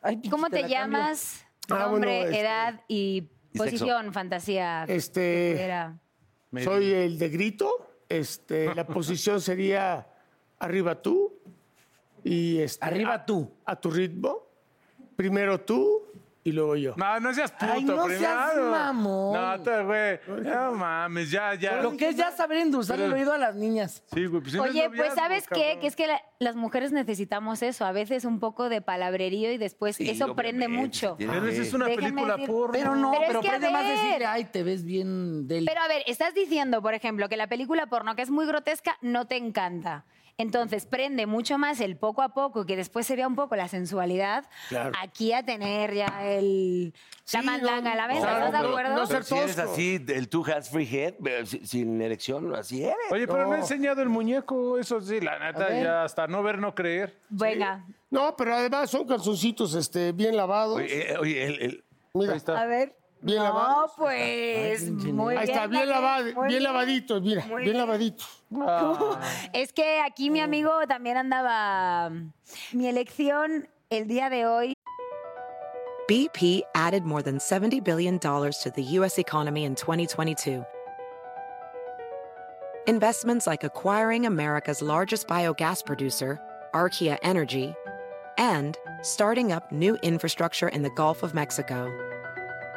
Speaker 7: Ay, pinche,
Speaker 6: ¿Cómo te,
Speaker 7: la cambio.
Speaker 6: llamas?
Speaker 3: Ah, bueno,
Speaker 6: Nombre,
Speaker 3: este-
Speaker 6: edad y
Speaker 5: Y sexo.
Speaker 6: posición, fantasía.
Speaker 3: Este,
Speaker 6: Era-
Speaker 3: soy el de grito. Este, la posición sería arriba tú y este,
Speaker 7: Arriba tú.
Speaker 3: a, a tu ritmo. Primero tú y luego yo.
Speaker 4: No, no seas puto,
Speaker 7: Ay, no seas
Speaker 4: primero.
Speaker 7: mamón.
Speaker 4: No, te, güey. No mames, ya, ya.
Speaker 7: Lo que es ya saber endulzar el oído a las niñas.
Speaker 4: Sí, güey, pues si no es
Speaker 6: Oye, pues
Speaker 4: noviazgo,
Speaker 6: sabes qué,
Speaker 4: cabrón.
Speaker 6: que es que la- las mujeres necesitamos eso, a veces un poco de palabrerío y después
Speaker 5: Sí,
Speaker 6: eso prende
Speaker 5: obviamente,
Speaker 6: mucho.
Speaker 5: tiene-
Speaker 4: Pero esa es una
Speaker 6: Déjenme
Speaker 4: película
Speaker 6: decir-
Speaker 4: porno.
Speaker 7: Pero no,
Speaker 6: Pero es
Speaker 7: pero,
Speaker 6: que, a
Speaker 7: prende más
Speaker 6: ver.
Speaker 7: decirle, ay, te ves bien del.
Speaker 6: Pero a ver, estás diciendo, por ejemplo, que la película porno, que es muy grotesca, no te encanta. Entonces, prende mucho más el poco a poco y que después se vea un poco la sensualidad. Aquí a tener ya el, la
Speaker 3: Sí,
Speaker 6: mandanga a la
Speaker 3: no,
Speaker 6: mesa,
Speaker 3: claro,
Speaker 6: ¿estás de
Speaker 3: pero-
Speaker 6: acuerdo?
Speaker 5: Pero
Speaker 3: no ser
Speaker 5: si eres
Speaker 3: tosco.
Speaker 5: así, el two has free head, pero si- sin erección, así eres.
Speaker 4: Oye, pero no he enseñado el muñeco, eso sí, la neta,
Speaker 7: ver.
Speaker 4: ya hasta no ver, no creer.
Speaker 6: Venga,
Speaker 3: No, pero además son calzoncitos este, bien lavados.
Speaker 5: Oye, eh, oye, el- el-
Speaker 3: Mira,
Speaker 4: Ahí está.
Speaker 6: a ver.
Speaker 3: Bien
Speaker 6: no,
Speaker 3: lavados.
Speaker 6: pues, muy
Speaker 3: ahí está, bien,
Speaker 6: Daniel,
Speaker 3: lavado,
Speaker 6: muy
Speaker 3: bien, lavaditos, mira,
Speaker 6: muy
Speaker 3: bien,
Speaker 6: bien.
Speaker 3: lavaditos.
Speaker 6: Es que aquí mi amigo también andaba... Mi elección el día de hoy
Speaker 1: BP added more than $70 billion to the U.S. economy in 2022. Investments like acquiring America's largest biogas producer, Archaea Energy, and starting up new infrastructure in the Gulf of Mexico.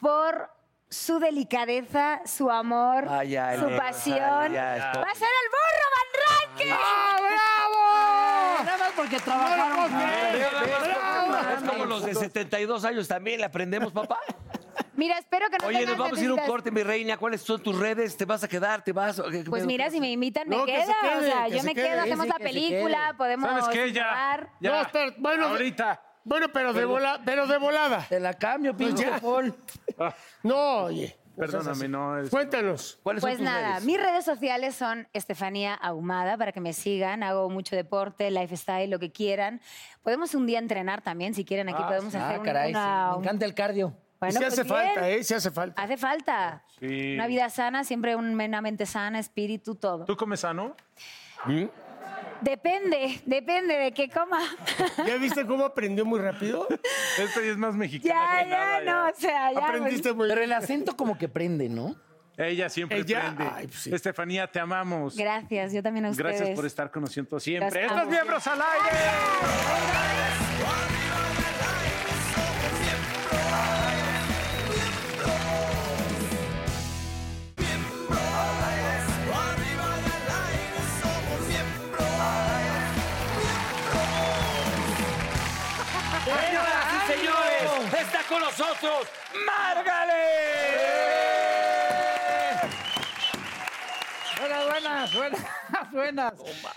Speaker 6: por su delicadeza, su amor,
Speaker 5: Ah,
Speaker 7: Ay, ay,
Speaker 6: su
Speaker 7: ay,
Speaker 6: pasión.
Speaker 7: ay, ay.
Speaker 6: ¡Va a ser el burro, Van Ranking!
Speaker 3: ¡Ah,
Speaker 7: Eh, Nada más porque
Speaker 3: bravo! ¡No lo
Speaker 7: trabajaron.
Speaker 3: puedo creer!
Speaker 5: Es como los de 72 años también, ¿le aprendemos, papá?
Speaker 6: Mira, espero que no
Speaker 5: Oye, nos
Speaker 6: tengas
Speaker 5: vamos a ir a un
Speaker 6: necesidad.
Speaker 5: corte, mi reina. ¿Cuáles son tus redes? ¿Te vas a quedar? ¿Te vas?
Speaker 6: Pues mira, si me invitan, me
Speaker 3: No, que se
Speaker 6: queda. o
Speaker 3: quede,
Speaker 6: sea,
Speaker 3: que
Speaker 6: yo
Speaker 3: se
Speaker 6: me
Speaker 3: quede.
Speaker 6: quedo, hacemos
Speaker 7: Sí,
Speaker 6: la
Speaker 7: que se
Speaker 6: película, podemos.
Speaker 4: ¿Sabes qué? Ya.
Speaker 6: jugar.
Speaker 4: ya.
Speaker 3: No, espera, bueno,
Speaker 4: ahorita.
Speaker 3: Bueno, pero de, vola- pero de volada.
Speaker 7: Te la cambio, pinche Paul.
Speaker 3: No, oye.
Speaker 4: Perdóname, no. es-
Speaker 3: Cuéntanos.
Speaker 5: ¿Cuáles
Speaker 6: Pues
Speaker 5: son tus
Speaker 6: nada,
Speaker 5: redes?
Speaker 6: mis redes sociales son Estefanía Ahumada para que me sigan. Hago mucho deporte, lifestyle, lo que quieran. Podemos un día entrenar también, si quieren. Aquí podemos hacer
Speaker 7: Ah,
Speaker 6: un-
Speaker 7: caray, sí,
Speaker 6: una-
Speaker 7: me encanta el cardio.
Speaker 6: Bueno,
Speaker 3: si
Speaker 6: pues
Speaker 3: hace
Speaker 6: bien.
Speaker 3: falta, ¿eh? Si hace falta.
Speaker 6: Hace falta.
Speaker 4: Sí.
Speaker 6: Una vida sana, siempre un- una mente sana, espíritu, todo.
Speaker 4: ¿Tú comes sano?
Speaker 6: Depende, depende de qué coma.
Speaker 3: ¿Ya viste cómo aprendió muy rápido?
Speaker 4: Esta Este ya es más mexicana.
Speaker 6: ya,
Speaker 4: que
Speaker 6: ya,
Speaker 4: nada,
Speaker 6: no, o sea, ya. pues,
Speaker 3: Aprendiste muy
Speaker 7: Pero el acento como que prende, ¿no?
Speaker 4: Ella siempre
Speaker 3: Ella-
Speaker 4: prende.
Speaker 3: Ay, pues sí.
Speaker 4: Estefanía, te amamos.
Speaker 6: pues. Gracias, yo también a ustedes.
Speaker 4: Gracias por estar con nosotros siempre.
Speaker 6: Las
Speaker 4: ¡Estos
Speaker 6: amo.
Speaker 4: miembros al aire!
Speaker 5: Señoras y señores, está con nosotros Margaret.
Speaker 8: Buenas, buenas, buenas, buenas.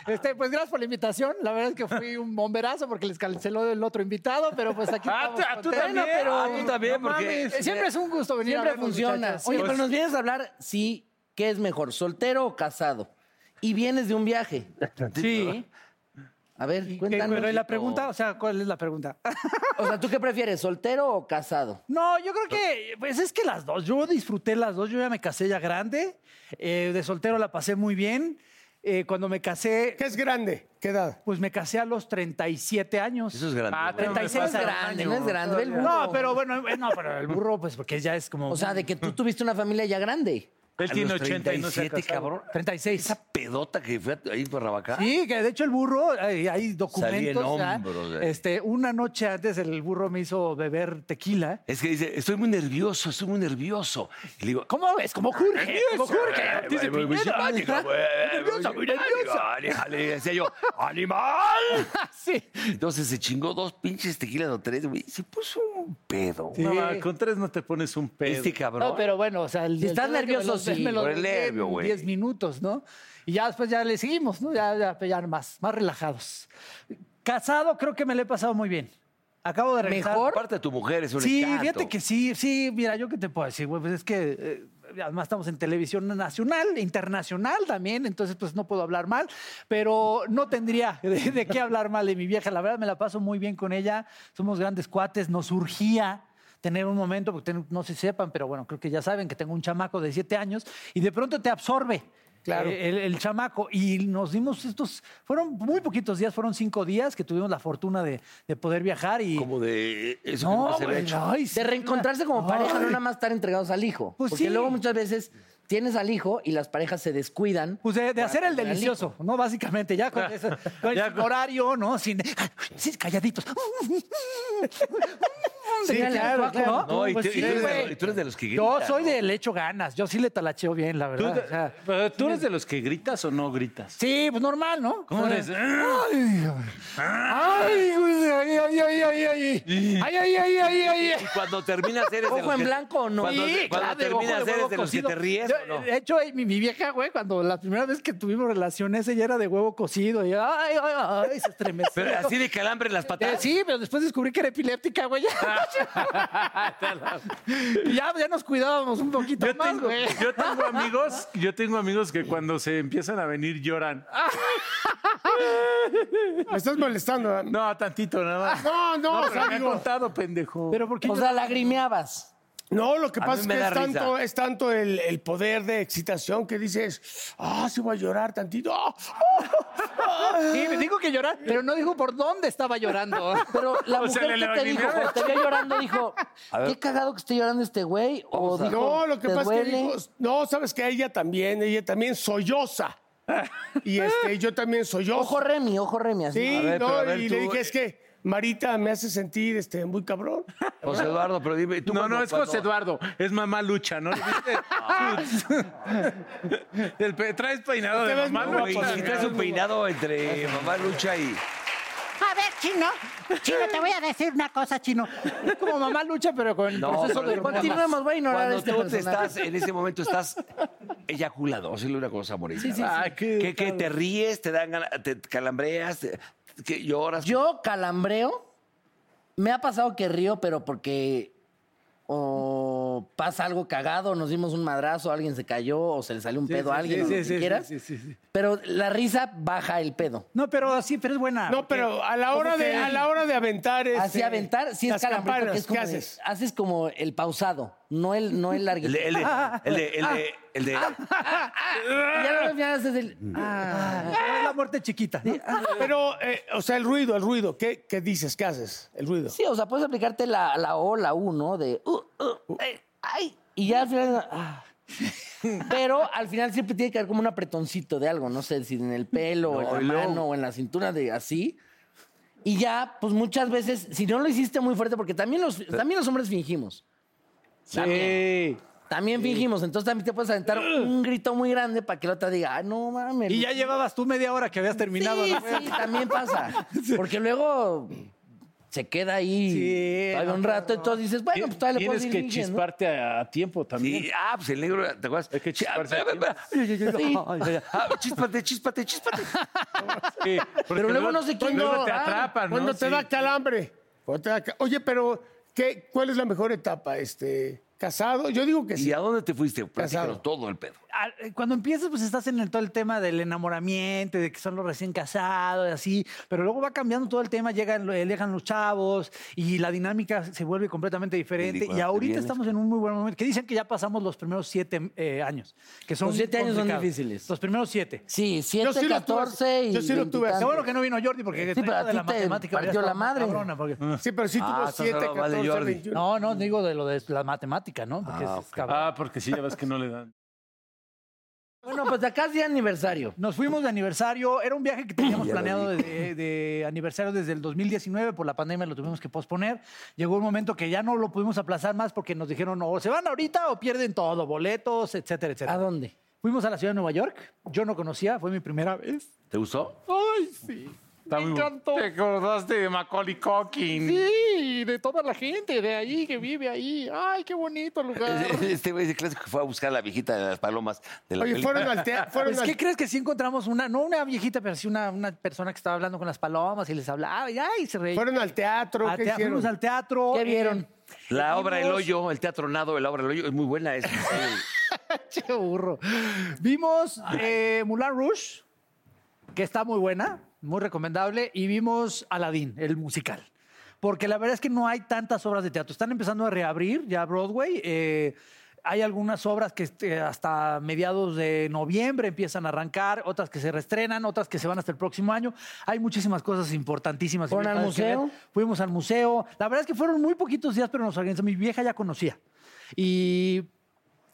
Speaker 8: Este, pues gracias por la invitación. La verdad es que fui un bomberazo porque les canceló el otro invitado, pero pues aquí
Speaker 4: Ah,
Speaker 8: estamos
Speaker 4: tú- ah, tú
Speaker 8: contentos.
Speaker 4: también,
Speaker 8: Pero
Speaker 4: ah, tú también,
Speaker 8: no
Speaker 4: porque-
Speaker 8: mames, siempre es un gusto venir a
Speaker 7: Siempre
Speaker 8: verlos,
Speaker 7: funciona.
Speaker 8: muchachos.
Speaker 7: Oye,
Speaker 4: Pues-
Speaker 7: pero nos vienes a hablar, sí, ¿qué es mejor, soltero o casado? Y vienes de un viaje.
Speaker 8: Sí.
Speaker 7: A ver,
Speaker 8: Que-
Speaker 7: cuéntanos.
Speaker 8: Pero ¿y la pregunta, o sea, ¿cuál es la pregunta?
Speaker 7: O sea, ¿tú qué prefieres, soltero o casado?
Speaker 8: No, yo creo que, pues es que las dos, yo disfruté las dos, yo ya me casé ya grande, eh, de soltero la pasé muy bien, Eh, cuando me casé,
Speaker 3: ¿Qué es grande? ¿Qué edad?
Speaker 8: pues me casé a los 37 años.
Speaker 5: Eso es grande.
Speaker 4: Ah,
Speaker 5: güey.
Speaker 8: 36
Speaker 7: es grande, no es grande, ve el burro.
Speaker 8: No, pero bueno, eh, no, pero el burro, pues porque ya es como...
Speaker 7: O sea, de que tú tuviste una familia ya grande.
Speaker 4: Él
Speaker 5: A
Speaker 4: tiene
Speaker 5: los
Speaker 4: 80 y no se ha
Speaker 5: 37,
Speaker 4: casado.
Speaker 5: cabrón.
Speaker 8: 36.
Speaker 5: Esa pedota que fue ahí por Rabacá.
Speaker 8: Sí, que de hecho el burro, hay, hay
Speaker 5: Salí en
Speaker 8: documentos. o sea,
Speaker 5: hombros, eh.
Speaker 8: este, una noche antes el burro me hizo beber tequila.
Speaker 5: Es que dice, estoy muy nervioso, estoy muy nervioso. Y le digo,
Speaker 8: ¿Cómo ves? ¿Cómo ocurre? ¿Cómo ocurre? Dice
Speaker 5: Muy, muy
Speaker 8: Piñera.
Speaker 5: simpática, güey,
Speaker 8: nerviosa, muy nerviosa.
Speaker 5: Ándale, Le decía yo, ¡animal!
Speaker 8: Ah, Sí.
Speaker 5: Entonces se chingó dos pinches tequilas o tres, güey. Se puso un pedo.
Speaker 4: No, ma, con tres no te pones un pedo.
Speaker 5: Este cabrón.
Speaker 8: No, pero bueno, o sea, el,
Speaker 7: Si
Speaker 8: el
Speaker 7: estás
Speaker 8: tema es que
Speaker 7: nervioso,
Speaker 8: me lo-
Speaker 7: sí,
Speaker 8: me lo
Speaker 5: por el
Speaker 8: dejé
Speaker 5: nervio,
Speaker 8: en
Speaker 5: güey.
Speaker 8: 10 minutos, ¿no? Y ya después ya le seguimos, ¿no? Ya, ya, ya más, más relajados. Casado, creo que me lo he pasado muy bien. Acabo de regresar.
Speaker 7: ¿Mejor?
Speaker 5: Aparte de tu mujer es un
Speaker 8: Sí,
Speaker 5: encanto.
Speaker 8: fíjate que sí, sí, mira, yo qué te puedo decir, güey, pues es que eh, además estamos en televisión nacional, internacional también, entonces pues no puedo hablar mal, pero no tendría de, de qué hablar mal de mi vieja, la verdad me la paso muy bien con ella, somos grandes cuates, nos surgía tener un momento, porque ten- no se sepan, pero bueno, creo que ya saben que tengo un chamaco de siete años y de pronto te absorbe.
Speaker 3: Claro.
Speaker 8: eh, el, el chamaco. Y nos dimos estos, fueron muy poquitos días, fueron cinco días que tuvimos la fortuna de, de poder viajar y...
Speaker 5: Como de eso que
Speaker 8: No,
Speaker 5: nunca se había
Speaker 8: güey,
Speaker 5: hecho.
Speaker 8: ay, sí,
Speaker 7: De reencontrarse como
Speaker 8: ay.
Speaker 7: pareja, no nada más estar entregados al hijo.
Speaker 8: Pues
Speaker 7: Porque
Speaker 8: sí.
Speaker 7: luego muchas veces tienes al hijo y las parejas se descuidan.
Speaker 8: Pues de, de hacer el
Speaker 7: tener al
Speaker 8: delicioso, ¿no? Básicamente, ya con, eso, con
Speaker 4: Ya
Speaker 8: el
Speaker 4: con-
Speaker 8: horario, ¿no? Sin, sin calladitos. Sí,
Speaker 7: claro, claro.
Speaker 5: No, y,
Speaker 8: Pues
Speaker 5: tú,
Speaker 8: sí,
Speaker 5: y tú eres de,
Speaker 8: güey.
Speaker 5: los- y tú eres de los que
Speaker 8: Yo
Speaker 5: gritan.
Speaker 8: soy de le echo ganas, yo sí le talacheo bien, la
Speaker 4: ¿Tú,
Speaker 8: verdad.
Speaker 4: te-
Speaker 8: o sea,
Speaker 4: pero ¿tú eres de los que gritas o no gritas?
Speaker 8: sí, pues normal, ¿no?
Speaker 4: ¿Cómo
Speaker 8: O sea,
Speaker 4: eres? ¡Ah!
Speaker 8: Ay, güey, ay, ay, ay, ay, ay. Ay, ay, ay, ay, ay, ay.
Speaker 5: Y cuando terminas eres de
Speaker 7: Ojo
Speaker 5: los
Speaker 7: en
Speaker 5: que-
Speaker 7: blanco o no.
Speaker 5: Cuando,
Speaker 8: Sí,
Speaker 5: cuando
Speaker 8: eh, claro, digo,
Speaker 5: terminas
Speaker 8: ojo de
Speaker 5: eres
Speaker 8: huevo
Speaker 5: de los que
Speaker 8: cocido.
Speaker 5: te ríes
Speaker 8: Yo,
Speaker 5: o no.
Speaker 8: De hecho, eh, mi, mi vieja, güey, cuando la primera vez que tuvimos relaciones, ella era de huevo cocido. Y, ay, ay, ay, se estremeció.
Speaker 5: Pero así de calambre en las
Speaker 8: Eh,
Speaker 5: patadas.
Speaker 8: sí, pero después descubrí que era epiléptica, güey. Y ya, ya nos cuidábamos un poquito
Speaker 4: Yo
Speaker 8: más,
Speaker 4: tengo,
Speaker 8: güey.
Speaker 4: yo tengo amigos, yo tengo amigos que cuando se empiezan a venir lloran.
Speaker 3: Me estás molestando. Dan.
Speaker 4: No, tantito nada más.
Speaker 3: Ah, No, no, o
Speaker 4: pero
Speaker 3: sea,
Speaker 4: me han
Speaker 3: digo,
Speaker 4: contado, pendejo.
Speaker 8: Pero porque
Speaker 7: O sea, lagrimeabas.
Speaker 3: no, lo que
Speaker 5: A mí
Speaker 3: pasa es
Speaker 5: me
Speaker 3: que
Speaker 5: da
Speaker 3: es tanto,
Speaker 5: risa.
Speaker 3: es tanto el, el poder de excitación que dices, ah, sí voy a llorar tantito. ah,
Speaker 8: Sí, me dijo que llorar, pero no dijo por dónde estaba llorando.
Speaker 7: Pero la
Speaker 4: O sea,
Speaker 7: mujer
Speaker 4: le
Speaker 7: que te dijo,
Speaker 4: lagrimeaba.
Speaker 7: cuando te vio llorando, dijo, qué cagado que esté llorando este güey. O dijo,
Speaker 3: No, lo que
Speaker 7: "¿Te
Speaker 3: pasa es que
Speaker 7: duele?".
Speaker 3: digo, no, sabes que ella también, ella también solloza. Y este, yo también sollozo.
Speaker 7: Ojo Remy, ojo Remy. Así.
Speaker 3: Sí,
Speaker 5: A ver,
Speaker 3: no,
Speaker 5: pero a ver,
Speaker 3: y
Speaker 5: tú-
Speaker 3: le dije, es que Marita me hace sentir este, muy cabrón.
Speaker 5: José Eduardo, pero dime, tú
Speaker 4: No,
Speaker 5: cuando-
Speaker 4: no, es
Speaker 5: cuando-
Speaker 4: José Eduardo, es mamá lucha, ¿no? El pe- traes peinado de
Speaker 3: Ah. Te ves
Speaker 4: mamá
Speaker 3: muy
Speaker 5: Oye,
Speaker 4: lucha.
Speaker 5: si traes un peinado entre mamá Lucha y.
Speaker 9: A ver, chino, chino, te voy a decir una cosa, chino.
Speaker 8: Es como mamá lucha, pero con el proceso
Speaker 5: pero
Speaker 8: de
Speaker 5: nada más.
Speaker 7: Continuemos, voy a ignorar
Speaker 5: Cuando
Speaker 7: este
Speaker 5: tú te
Speaker 7: personaje.
Speaker 5: estás, en ese momento estás eyaculado, hazle una cosa bonita.
Speaker 7: Sí, sí, sí.
Speaker 5: Ay, qué, ¿Qué- qué te ríes, te dan ganas, te calambreas, te- que lloras.
Speaker 7: Yo calambreo. Me ha pasado que río, pero porque o pasa algo cagado, nos dimos un madrazo, alguien se cayó, o se le salió un pedo a alguien, o lo que quieras. Pero la risa baja el pedo.
Speaker 8: No, pero así, pero es buena.
Speaker 3: No, pero a la hora de, a la hora de aventar.
Speaker 7: Así
Speaker 3: este,
Speaker 7: aventar, sí es
Speaker 3: las
Speaker 7: calambreo, porque
Speaker 3: campanas,
Speaker 7: es como
Speaker 3: ¿Qué
Speaker 7: de-
Speaker 3: haces?
Speaker 7: haces como el pausado, no el, no el
Speaker 5: El
Speaker 7: larguito.
Speaker 5: de, el de, el de, el de, el de-
Speaker 7: Y ya luego ya haces el- ah.
Speaker 8: Es la muerte chiquita. ¿no?
Speaker 3: Pero, eh, o sea, el ruido, el ruido. ¿Qué, qué dices? ¿Qué haces? El ruido.
Speaker 7: Sí, o sea, puedes aplicarte la, la O, la U, ¿no? De. uh, uh, eh, ay, y ya al final. ah. Pero al final siempre tiene que haber como un apretoncito de algo, no sé si en el pelo, o en la mano, o en la cintura, de así. Y ya, pues muchas veces, si no lo hiciste muy fuerte, porque también los, también los hombres fingimos.
Speaker 4: Sí.
Speaker 7: También fingimos. Entonces también te puedes aventar un grito muy grande para que la otra diga, ah, no mames.
Speaker 8: Y ya llevabas tú media hora que habías terminado.
Speaker 7: Sí,
Speaker 8: ¿no?
Speaker 7: sí, también pasa. Porque luego se queda ahí
Speaker 8: Sí,
Speaker 7: todavía
Speaker 8: no,
Speaker 7: un
Speaker 8: pero
Speaker 7: rato, entonces dices, bueno, pues todavía le puedo
Speaker 4: Tienes
Speaker 7: ir
Speaker 4: que
Speaker 7: dirigiendo.
Speaker 4: chisparte a, a tiempo también.
Speaker 5: Sí, ah, pues el negro, ¿te acuerdas?
Speaker 4: Es que chisparse
Speaker 5: Ah,
Speaker 4: aquí.
Speaker 7: Sí.
Speaker 5: ah, Chíspate, chíspate, chíspate.
Speaker 4: Sí, porque
Speaker 7: luego no ah, sé quién
Speaker 4: luego
Speaker 7: lo
Speaker 4: te
Speaker 7: da.
Speaker 4: atrapan, ¿no?
Speaker 3: Cuando te
Speaker 4: Sí.
Speaker 3: da calambre. Cuando te da ca- Oye, pero, ¿qué, ¿cuál es la mejor etapa? Este, ¿Casado? Yo digo que
Speaker 5: ¿Y
Speaker 3: sí.
Speaker 5: a dónde te fuiste?
Speaker 3: Casado.
Speaker 5: Platícanos todo el pedo.
Speaker 8: Al- eh, Cuando empiezas, pues estás en el- todo el tema del enamoramiento, de que son los recién casados, y así, pero luego va cambiando todo el tema, llegan, lo- llegan los chavos y la dinámica se vuelve completamente
Speaker 5: Y
Speaker 8: diferente.
Speaker 5: cuando
Speaker 8: Y
Speaker 5: ah, te
Speaker 8: ahorita
Speaker 5: vienes-
Speaker 8: estamos en un muy buen momento, que dicen que ya pasamos los primeros siete eh, años, que son
Speaker 7: Los siete años son
Speaker 8: complicados.
Speaker 7: difíciles.
Speaker 8: Los primeros siete.
Speaker 7: Sí, 7,
Speaker 3: Yo sí lo tuve,
Speaker 7: 14 y
Speaker 3: yo sí lo tuve.
Speaker 7: veintitantos.
Speaker 8: Qué bueno que no vino Jordi porque
Speaker 7: Sí, pero a
Speaker 8: de
Speaker 7: ti
Speaker 8: la
Speaker 7: te
Speaker 8: matemática hubiera
Speaker 7: partió
Speaker 8: estado
Speaker 7: la
Speaker 8: más
Speaker 7: madre.
Speaker 8: cabrona, porque-
Speaker 3: Sí, pero sí
Speaker 5: Ah,
Speaker 3: tuvo
Speaker 5: estás
Speaker 3: 7,
Speaker 5: hablando mal de
Speaker 3: 14,
Speaker 5: Jordi.
Speaker 3: 21.
Speaker 8: No, no, digo de lo de la matemática, ¿no? Porque
Speaker 5: Ah,
Speaker 8: es-
Speaker 5: ok.
Speaker 8: cabrón.
Speaker 4: Ah, porque sí, ya ves que no le dan.
Speaker 7: Bueno, pues acá es día de aniversario.
Speaker 8: Nos fuimos de aniversario. Era un viaje que teníamos planeado de, de aniversario desde el 2019. Por la pandemia lo tuvimos que posponer. Llegó un momento que ya no lo pudimos aplazar más porque nos dijeron, o se van ahorita o pierden todo, boletos, etcétera,
Speaker 7: ¿A
Speaker 8: etcétera.
Speaker 7: dónde?
Speaker 8: Fuimos a la ciudad de Nueva York. Yo no conocía, fue mi primera vez.
Speaker 5: ¿Te gustó?
Speaker 8: ¡Ay, sí!
Speaker 4: Está muy bueno.
Speaker 8: encantó.
Speaker 4: Te acordaste de Macaulay Culkin.
Speaker 8: Sí, de toda la gente de ahí que vive ahí. ¡Ay, qué bonito lugar!
Speaker 5: Este güey de clásico que fue a buscar a la viejita de las palomas de
Speaker 7: Ah,
Speaker 5: la
Speaker 3: Oye,
Speaker 5: película.
Speaker 3: fueron al teatro. Fueron
Speaker 8: Pues,
Speaker 3: al-
Speaker 8: ¿qué crees que sí encontramos una, no una viejita, pero sí una, una persona que estaba hablando con las palomas y les hablaba y, ay, se reía.
Speaker 3: Fueron al teatro,
Speaker 4: Ah,
Speaker 8: Al
Speaker 3: ¿qué
Speaker 8: tea- Ah,
Speaker 3: hicieron?
Speaker 8: fuimos al teatro.
Speaker 7: ¿Qué
Speaker 8: eh,
Speaker 7: vieron?
Speaker 5: La obra El
Speaker 8: Vimos-
Speaker 5: Hoyo, el teatro nado, la obra El Hoyo, es muy buena esa.
Speaker 8: Che burro. Vimos eh, Moulin Rouge, que está muy buena, muy recomendable, y vimos Aladdin, el musical. Porque la verdad es que no hay tantas obras de teatro. Están empezando a reabrir ya Broadway. eh, hay algunas obras que este, hasta mediados de noviembre empiezan a arrancar, otras que se reestrenan, otras que se van hasta el próximo año. Hay muchísimas cosas importantísimas. y
Speaker 7: ¿Fueron
Speaker 8: bien
Speaker 7: al
Speaker 8: padres que ver.
Speaker 7: museo?
Speaker 8: Fuimos al museo. La verdad es que fueron muy poquitos días, pero nos organizó. Mi vieja ya conocía. Y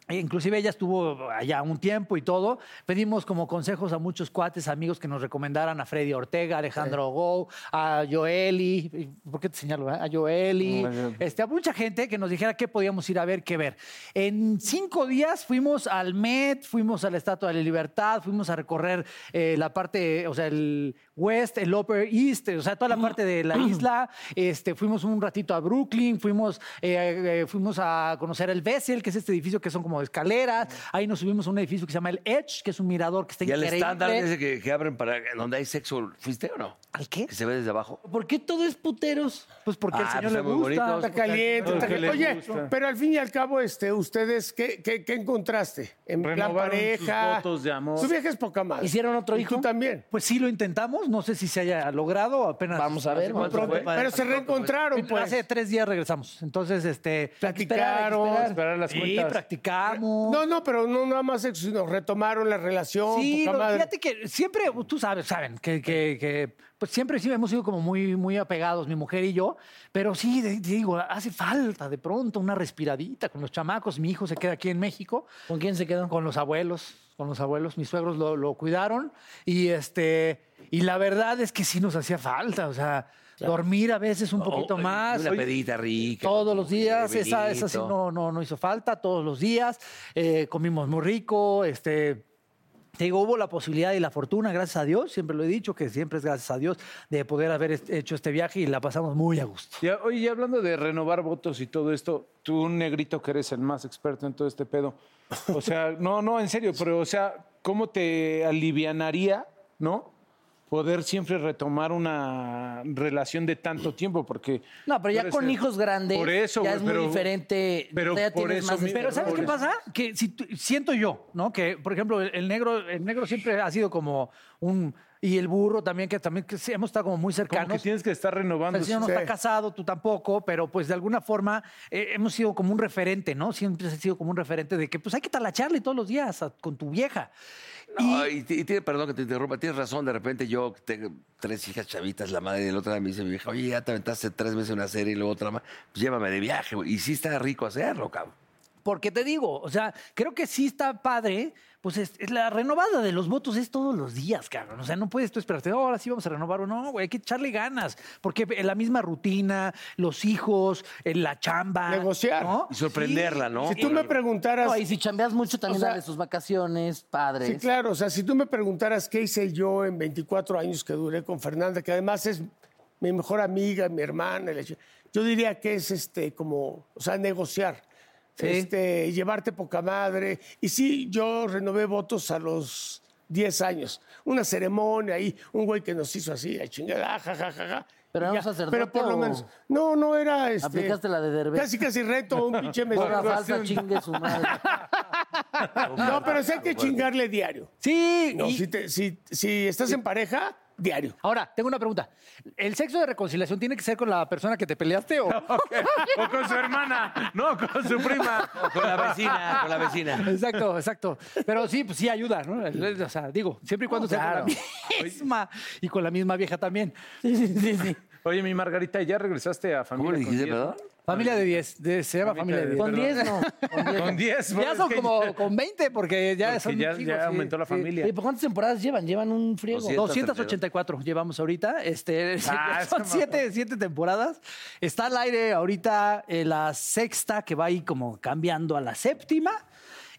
Speaker 8: e Inclusive ella estuvo allá un tiempo y todo. Pedimos como consejos a muchos cuates, amigos que nos recomendaran a Freddy Ortega, a Alejandro Gou, a Joeli, ¿por qué te señalo? eh? A Joeli, este, a mucha gente que nos dijera qué podíamos ir a ver, qué ver. En cinco días fuimos al Met, fuimos a la Estatua de la Libertad, fuimos a recorrer eh, la parte, o sea, el West, el Upper East, o sea, toda la parte de
Speaker 5: Mm.
Speaker 8: la isla. Este, fuimos un ratito a Brooklyn, fuimos, eh, eh, fuimos a conocer el Bessel, que es este edificio que son como escaleras. Ahí nos subimos a un edificio que se llama el Edge, que es un mirador que está
Speaker 5: y al
Speaker 8: increíble.
Speaker 5: estándar ese que, que abren para donde hay sexo, ¿fuiste o no?
Speaker 8: ¿Al qué?
Speaker 5: Que se ve desde abajo.
Speaker 7: ¿Por qué todo es puteros?
Speaker 8: Pues porque al
Speaker 5: Ah,
Speaker 8: señor
Speaker 5: pues
Speaker 8: le
Speaker 5: está muy
Speaker 8: gusta.
Speaker 5: bonito.
Speaker 3: Está caliente.
Speaker 4: Lo
Speaker 3: está
Speaker 4: que
Speaker 3: caliente.
Speaker 4: le
Speaker 3: Oye,
Speaker 4: gusta.
Speaker 3: pero al fin y al cabo, este, ustedes, ¿qué, qué, qué encontraste? En plan
Speaker 4: Renovaron sus
Speaker 3: pareja.
Speaker 4: votos de amor.
Speaker 3: Su vieja es poca madre.
Speaker 7: ¿Hicieron otro
Speaker 3: Y
Speaker 7: hijo?
Speaker 3: tú también.
Speaker 8: Pues sí, lo intentamos. años. No sé si se haya logrado. Apenas.
Speaker 7: Vamos a ver,
Speaker 8: Muy
Speaker 7: vamos a
Speaker 8: pronto,
Speaker 7: ver.
Speaker 8: pa-
Speaker 3: Pero se reencontraron, pues.
Speaker 8: Hace tres días regresamos. Entonces, este.
Speaker 3: Platicaron.
Speaker 8: hay que
Speaker 4: Esperar las
Speaker 8: sí,
Speaker 4: cuentas.
Speaker 8: practicamos.
Speaker 3: No, no, pero no nada más eso, sino retomaron la relación.
Speaker 8: Sí,
Speaker 3: poca
Speaker 8: lo-
Speaker 3: madre.
Speaker 8: fíjate que siempre, tú sabes, saben, que, que- que, pues siempre sí hemos sido como muy, muy apegados, mi mujer y yo, pero sí, de- te digo, hace falta de pronto una respiradita con los chamacos. Mi hijo se queda aquí en México.
Speaker 7: ¿Con quién se quedó?
Speaker 8: Con los abuelos, con los abuelos, mis suegros lo, lo cuidaron y este y la verdad es que sí nos hacía falta, o sea, dormir a veces un poquito
Speaker 5: Oh,
Speaker 8: más.
Speaker 5: Una
Speaker 8: Oye,
Speaker 5: pedita rica.
Speaker 8: todos los días, esa, esa sí
Speaker 5: vinito.
Speaker 8: no, no, no hizo falta, todos los días, eh, comimos muy rico, este... Te digo, hubo la posibilidad y la fortuna, gracias a Dios, siempre lo he dicho, que siempre es gracias a Dios, de poder haber est- hecho este viaje y la pasamos muy a gusto.
Speaker 4: Y, a- oye, y hablando de renovar votos y todo esto, tú, un negrito que eres el más experto en todo este pedo, o sea, no, no, en serio, pero, o sea, ¿cómo te alivianaría, no? Poder siempre retomar una relación de tanto tiempo, porque...
Speaker 7: No, pero
Speaker 4: tú
Speaker 7: ya
Speaker 4: eres
Speaker 7: con
Speaker 4: el-
Speaker 7: hijos grandes
Speaker 4: Por eso,
Speaker 7: ya
Speaker 4: güey,
Speaker 7: es muy
Speaker 4: pero-
Speaker 7: diferente,
Speaker 4: Pero,
Speaker 7: ya
Speaker 4: por
Speaker 7: tienes
Speaker 4: eso
Speaker 7: más
Speaker 4: mismo-
Speaker 8: Pero ¿sabes
Speaker 4: por
Speaker 8: qué
Speaker 4: eso.
Speaker 8: pasa? Que si tú- siento yo, ¿no? Que, por ejemplo, el, el negro, el negro siempre ha sido como un... Y el burro también, que también que sí, hemos estado como muy
Speaker 4: Como que
Speaker 8: cercanos.
Speaker 4: tienes que estar renovando.
Speaker 8: El señor no
Speaker 4: Sí.
Speaker 8: está casado, tú tampoco, pero pues de alguna forma eh, hemos sido como un referente, ¿no? Siempre has sido como un referente de que pues hay que talacharle todos los días a- con tu vieja.
Speaker 5: No, y, ti- y tiene, perdón que te interrumpa, tienes razón, de repente yo que tengo tres hijas chavitas, la madre del otra me dice mi vieja, oye, ya te aventaste tres veces una serie y luego otra más, pues llévame de viaje, güey. y sí está rico hacerlo, cabrón.
Speaker 8: Porque te digo, o sea, creo que sí está padre, pues es, es la renovada de los votos es todos los días, cabrón. O sea, no puedes tú esperarte, "Oh, ahora sí vamos a renovar o no, güey, hay que echarle ganas. Porque la misma rutina, los hijos, eh, la chamba.
Speaker 3: Negociar.
Speaker 8: ¿no?
Speaker 5: Y sorprenderla, ¿no?
Speaker 3: Si tú me preguntaras.
Speaker 7: No, y si chambeas mucho, también
Speaker 3: sea,
Speaker 7: dale sus vacaciones, padres.
Speaker 3: Sí, claro, o sea, si tú me preguntaras qué hice yo en 24 años que duré con Fernanda, que además es mi mejor amiga, mi hermana, la chi- yo diría que es este como, o sea, negociar. Este, llevarte poca madre. Y sí, yo renové votos a los 10 años. Una ceremonia ahí, un güey que nos hizo así, la chingada, ja, ja, ja, ja.
Speaker 7: ¿Pero
Speaker 3: y
Speaker 7: era un
Speaker 3: ya.
Speaker 7: sacerdote
Speaker 3: Pero por lo
Speaker 7: o-
Speaker 3: menos. No, no era. Este,
Speaker 7: ¿Aplicaste la de Derbez?
Speaker 3: Casi, casi reto a un pinche
Speaker 7: Borra
Speaker 3: mesero.
Speaker 7: falsa, chingue su madre.
Speaker 3: No, pero sí hay que chingarle diario.
Speaker 8: Sí,
Speaker 3: No,
Speaker 8: y-
Speaker 3: si, te- si- si estás en pareja, diario.
Speaker 8: Ahora, tengo una pregunta. ¿El sexo de reconciliación tiene que ser con la persona que te peleaste o...?
Speaker 4: O con su hermana, no, con su prima.
Speaker 5: Con la vecina, con la vecina.
Speaker 8: Exacto, exacto. Pero sí, pues sí ayuda, ¿no? O sea, digo, siempre y cuando sea
Speaker 7: claro.
Speaker 8: con la misma y con la misma vieja también.
Speaker 7: Sí, sí, sí, sí.
Speaker 4: Oye, mi Margarita, ¿ya regresaste a
Speaker 5: ¿Cómo
Speaker 4: familia
Speaker 5: le
Speaker 4: con
Speaker 5: dijiste,
Speaker 4: diez?
Speaker 5: perdón?
Speaker 8: Familia de 10, de- se llama
Speaker 4: Familia
Speaker 8: familia de
Speaker 4: de
Speaker 8: 10.
Speaker 7: Con 10 no. Con 10.
Speaker 4: Con 10.
Speaker 8: Ya son como con 20 porque ya son
Speaker 4: ya,
Speaker 8: chicos,
Speaker 4: ya
Speaker 8: sí,
Speaker 4: aumentó la
Speaker 8: sí.
Speaker 4: familia.
Speaker 7: Oye, ¿por cuántas temporadas llevan? Llevan un friego.
Speaker 5: Doscientos.
Speaker 8: 284 llevamos ahorita, este,
Speaker 4: Ah, esa
Speaker 8: son
Speaker 4: mamá.
Speaker 8: siete, siete temporadas. Está al aire ahorita eh, la sexta que va ahí como cambiando a la séptima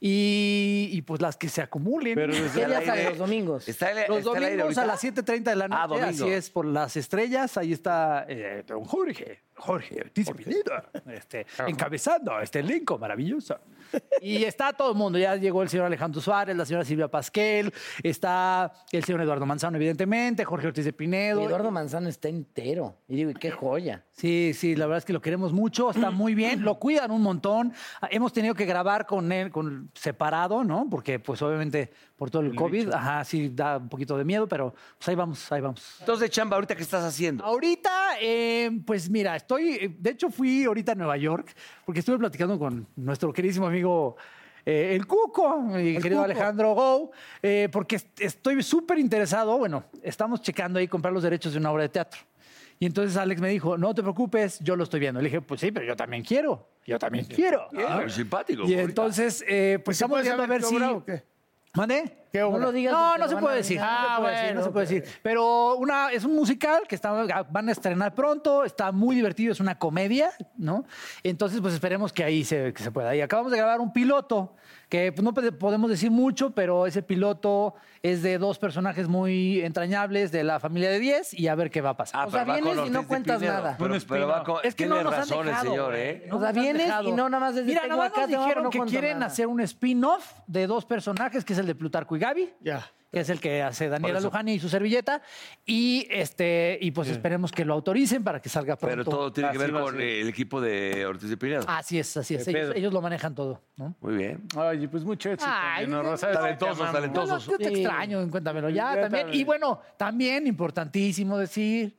Speaker 8: y, y pues las que se acumulen.
Speaker 4: Pero desde
Speaker 7: ¿Qué
Speaker 5: al
Speaker 7: días
Speaker 5: aire.
Speaker 7: sale? Los domingos.
Speaker 5: Está el,
Speaker 8: Los
Speaker 5: está al aire
Speaker 8: domingos a
Speaker 5: ahorita.
Speaker 8: las 7.30 de la noche,
Speaker 5: Ah, domingo.
Speaker 8: así es, por las estrellas, ahí está eh, don Jorge, Jorge Ortiz Pineda, este, encabezando este elenco maravilloso. Y está todo el mundo, ya llegó el señor Alejandro Suárez, la señora Silvia Pasquel, está el señor Eduardo Manzano, evidentemente, Jorge Ortiz de Pinedo.
Speaker 7: Y Eduardo Manzano está entero. Y digo, y qué joya.
Speaker 8: Sí, sí, la verdad es que lo queremos mucho, está muy bien, lo cuidan un montón. Ah, Hemos tenido que grabar con él con, separado, ¿no? Porque pues obviamente por todo el, COVID, ajá, sí da un poquito de miedo, pero pues ahí vamos, ahí vamos.
Speaker 5: Entonces, chamba, ¿ahorita qué estás haciendo?
Speaker 8: Ahorita, eh, pues mira, estoy, eh, de hecho fui ahorita a Nueva York porque estuve platicando con nuestro queridísimo amigo eh, el Cuco, mi querido Alejandro Go, eh, porque est- estoy súper interesado, bueno, estamos checando ahí comprar los derechos de una obra de teatro. Y entonces Alex me dijo, no te preocupes, yo lo estoy viendo. Le dije, pues sí, pero yo también quiero, yo también quiero.
Speaker 5: Ah, muy simpático.
Speaker 8: Y
Speaker 5: ahorita.
Speaker 8: entonces, eh, pues
Speaker 3: ¿Y se
Speaker 8: estamos
Speaker 3: puede
Speaker 8: viendo a
Speaker 3: saber
Speaker 8: ver si...
Speaker 3: qué obra o qué?
Speaker 8: ¿Mande?
Speaker 3: ¿Qué
Speaker 7: No
Speaker 3: obra?
Speaker 7: lo digas.
Speaker 8: No,
Speaker 7: porque
Speaker 8: no
Speaker 7: lo
Speaker 8: se
Speaker 7: van
Speaker 8: puede
Speaker 7: a
Speaker 8: decir.
Speaker 7: vengar, no
Speaker 8: Ah,
Speaker 7: se puede
Speaker 8: bueno,
Speaker 7: decir,
Speaker 8: no se puede
Speaker 7: pero-
Speaker 8: decir. Pero una, es un musical que está, van a estrenar pronto, está muy divertido, es una comedia, ¿no? Entonces, pues esperemos que ahí se, que se pueda. Y acabamos de grabar un piloto, que pues, no pode- podemos decir mucho, pero ese piloto es de dos personajes muy entrañables de la familia de 10 y a ver qué va a pasar.
Speaker 5: Ah,
Speaker 7: o sea,
Speaker 5: pero va
Speaker 7: vienes
Speaker 5: con
Speaker 7: y no
Speaker 5: Ortiz de
Speaker 7: cuentas
Speaker 5: Pinedo.
Speaker 7: nada.
Speaker 5: Pero, pero va con,
Speaker 8: Es que
Speaker 5: tiene
Speaker 8: no nos han
Speaker 5: razón el
Speaker 8: dejado,
Speaker 5: señor,
Speaker 8: güey.
Speaker 5: ¿eh?
Speaker 8: No
Speaker 7: O sea,
Speaker 8: nos han
Speaker 7: vienes
Speaker 8: dejado.
Speaker 7: y no nada más desde
Speaker 8: Mira,
Speaker 7: tengo
Speaker 8: nada más
Speaker 7: acá,
Speaker 8: nos
Speaker 7: tengo acá,
Speaker 8: dijeron
Speaker 7: no
Speaker 8: que
Speaker 7: cuento
Speaker 8: quieren
Speaker 7: nada.
Speaker 8: hacer un spin-off de dos personajes, que es el de Plutarco y Gaby.
Speaker 3: Ya.
Speaker 8: que es el que hace Daniela Luján y su servilleta. Y este, y pues esperemos que lo autoricen para que salga pronto. Ah.
Speaker 5: Pero todo tiene que
Speaker 4: Así
Speaker 5: ver
Speaker 4: va a
Speaker 5: con
Speaker 4: ser.
Speaker 5: eh, el equipo de Ortiz de Pinedo.
Speaker 8: Así es, así es.
Speaker 4: Qué
Speaker 8: Ellos,
Speaker 4: pedo.
Speaker 8: ellos lo manejan todo, ¿no?
Speaker 5: Muy bien.
Speaker 4: Ay, pues mucho éxito.
Speaker 8: Ay,
Speaker 4: Nino Rosales, te
Speaker 5: talentosos,
Speaker 4: amamos.
Speaker 8: No,
Speaker 5: talentosos.
Speaker 8: no,
Speaker 5: Todos
Speaker 8: yo te
Speaker 7: sí.
Speaker 8: extraño, en cuéntamelo ya
Speaker 4: Ya
Speaker 8: también.
Speaker 4: también.
Speaker 8: Y bueno, también importantísimo decir,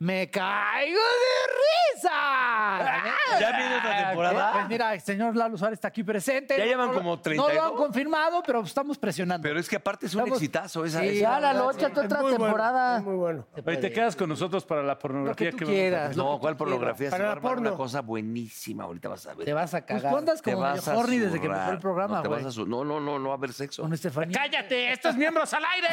Speaker 8: me caigo de
Speaker 4: Ah.
Speaker 8: risa.
Speaker 10: ¿Ya viene otra temporada?
Speaker 8: Pues mira, el señor Lalo Suárez está aquí presente.
Speaker 5: Ya
Speaker 8: No
Speaker 5: llevan
Speaker 8: lo-
Speaker 5: como
Speaker 8: No lo han
Speaker 5: 32.
Speaker 8: confirmado, pero estamos presionando.
Speaker 5: Pero es que aparte es un
Speaker 8: Estamos-
Speaker 5: exitazo esa.
Speaker 8: Sí,
Speaker 5: esa-
Speaker 7: Ya, la
Speaker 8: verdad,
Speaker 7: locha,
Speaker 8: sí.
Speaker 7: tu otra
Speaker 3: Es muy bueno,
Speaker 7: temporada.
Speaker 3: es muy bueno.
Speaker 4: Oye, te quedas con nosotros para la
Speaker 8: Lo que
Speaker 4: pornografía
Speaker 8: tú
Speaker 4: vamos a
Speaker 8: quieras. lo
Speaker 5: No,
Speaker 8: que
Speaker 5: ¿cuál
Speaker 8: tú quieras.
Speaker 5: pornografía? Se
Speaker 3: Para
Speaker 5: va a
Speaker 3: la
Speaker 5: armar
Speaker 3: porno.
Speaker 5: una cosa buenísima, ahorita vas a ver.
Speaker 7: Te vas a
Speaker 8: Pues
Speaker 7: cagar.
Speaker 8: tú andas como medio
Speaker 5: a
Speaker 8: horny desde que
Speaker 5: zurrar.
Speaker 8: empezó el programa,
Speaker 5: No, te
Speaker 8: güey.
Speaker 5: vas a su- no, no, no, no va a haber sexo.
Speaker 8: Con Estefanía.
Speaker 4: ¡Cállate! ¡Estos miembros al aire!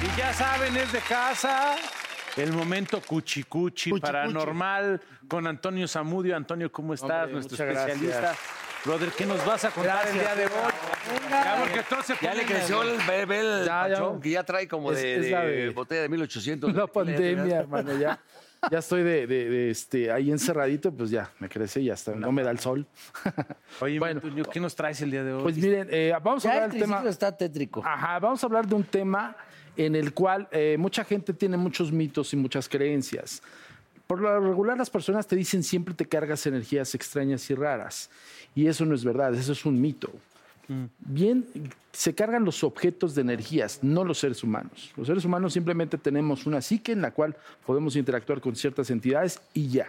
Speaker 4: Y ya saben, es de casa. El momento cuchicuchi
Speaker 3: Cuchicuchi.
Speaker 4: paranormal con Antonio Zamudio. Antonio, ¿cómo estás?
Speaker 3: Hombre,
Speaker 4: Nuestro
Speaker 3: muchas gracias.
Speaker 4: especialista. Brother, ¿qué nos vas a contar el día de hoy? Ya, porque todos se
Speaker 5: Ya le
Speaker 4: ponen
Speaker 5: creció el bebé, el
Speaker 4: Ya, ya.
Speaker 5: pachón, que ya trae como
Speaker 10: Es-
Speaker 5: de,
Speaker 10: es la
Speaker 5: de
Speaker 10: de-
Speaker 5: botella de 1800.
Speaker 10: La pandemia, hermano, ya. Ya estoy de, de- de, este, ahí encerradito, pues ya, me crece y ya está. No me da el sol.
Speaker 4: Oye,
Speaker 10: Bueno.
Speaker 4: Antonio, ¿qué nos traes el día de hoy?
Speaker 10: Pues miren, eh, vamos a
Speaker 7: Ya
Speaker 10: hablar
Speaker 7: el
Speaker 10: del tema.
Speaker 7: triciclo está tétrico.
Speaker 10: Ajá, vamos a hablar de un tema en el cual eh, mucha gente tiene muchos mitos y muchas creencias. Por lo regular, las personas te dicen siempre te cargas energías extrañas y raras. Y eso no es verdad, eso es un mito. Bien, se cargan los objetos de energías, no los seres humanos. Los seres humanos simplemente tenemos una psique en la cual podemos interactuar con ciertas entidades y ya.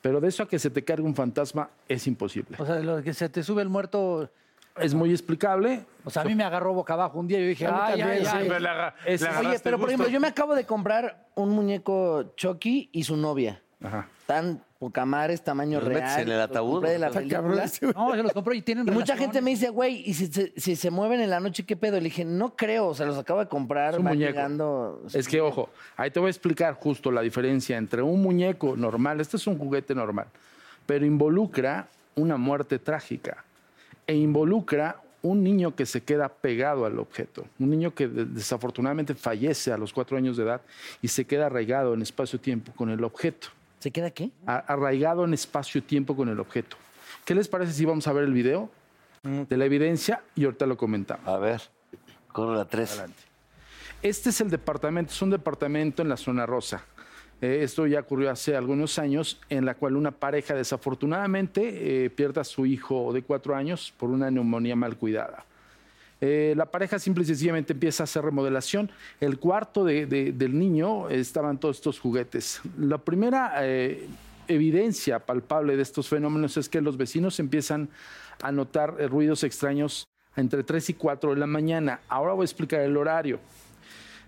Speaker 10: Pero de eso a que se te cargue un fantasma es imposible.
Speaker 8: O sea, lo que se te sube el muerto.
Speaker 10: Es muy explicable.
Speaker 8: O sea, a mí me agarró boca abajo un día y yo dije,
Speaker 10: A mí
Speaker 8: ay,
Speaker 10: también,
Speaker 8: ay,
Speaker 10: sí,
Speaker 8: ay.
Speaker 4: Pero le aga-
Speaker 10: Es-
Speaker 4: le
Speaker 10: Oye,
Speaker 4: agarraste
Speaker 7: Oye, pero por
Speaker 4: gusto.
Speaker 7: ejemplo, yo me acabo de comprar un muñeco Chucky y su novia.
Speaker 10: Ajá.
Speaker 7: Tan pocamares, tamaño
Speaker 5: Los metes
Speaker 7: real.
Speaker 5: en el
Speaker 7: los
Speaker 5: ataúd.
Speaker 7: compré de la
Speaker 5: Está
Speaker 7: película.
Speaker 8: No, se los compró y tienen
Speaker 7: Y mucha gente me
Speaker 8: relaciones.
Speaker 7: dice, güey, ¿y si, se- si se mueven en la noche qué pedo? Le dije, no creo, o sea, los acabo de comprar.
Speaker 10: Es un
Speaker 7: van
Speaker 10: muñeco.
Speaker 7: llegando-
Speaker 10: Es que, ojo, ahí te voy a explicar justo la diferencia entre un muñeco normal, este es un juguete normal, pero involucra una muerte trágica e involucra un niño que se queda pegado al objeto, un niño que de- desafortunadamente fallece a los cuatro años de edad y se queda arraigado en espacio-tiempo con el objeto,
Speaker 7: ¿Se queda qué?
Speaker 10: A- arraigado en espacio-tiempo con el objeto. ¿Qué les parece si vamos a ver el video de la evidencia y ahorita lo comentamos?
Speaker 5: A ver, corre la 3.
Speaker 10: Este es el departamento, es un departamento en la zona rosa. Eh, esto ya ocurrió hace algunos años, en la cual una pareja desafortunadamente eh, pierde a su hijo de cuatro años por una neumonía mal cuidada. Eh, la pareja simple y sencillamente empieza a hacer remodelación. El cuarto de- de- del niño eh, estaban todos estos juguetes. La primera eh, evidencia palpable de estos fenómenos es que los vecinos empiezan a notar eh, ruidos extraños entre 3 y 4 de la mañana. Ahora voy a explicar el horario.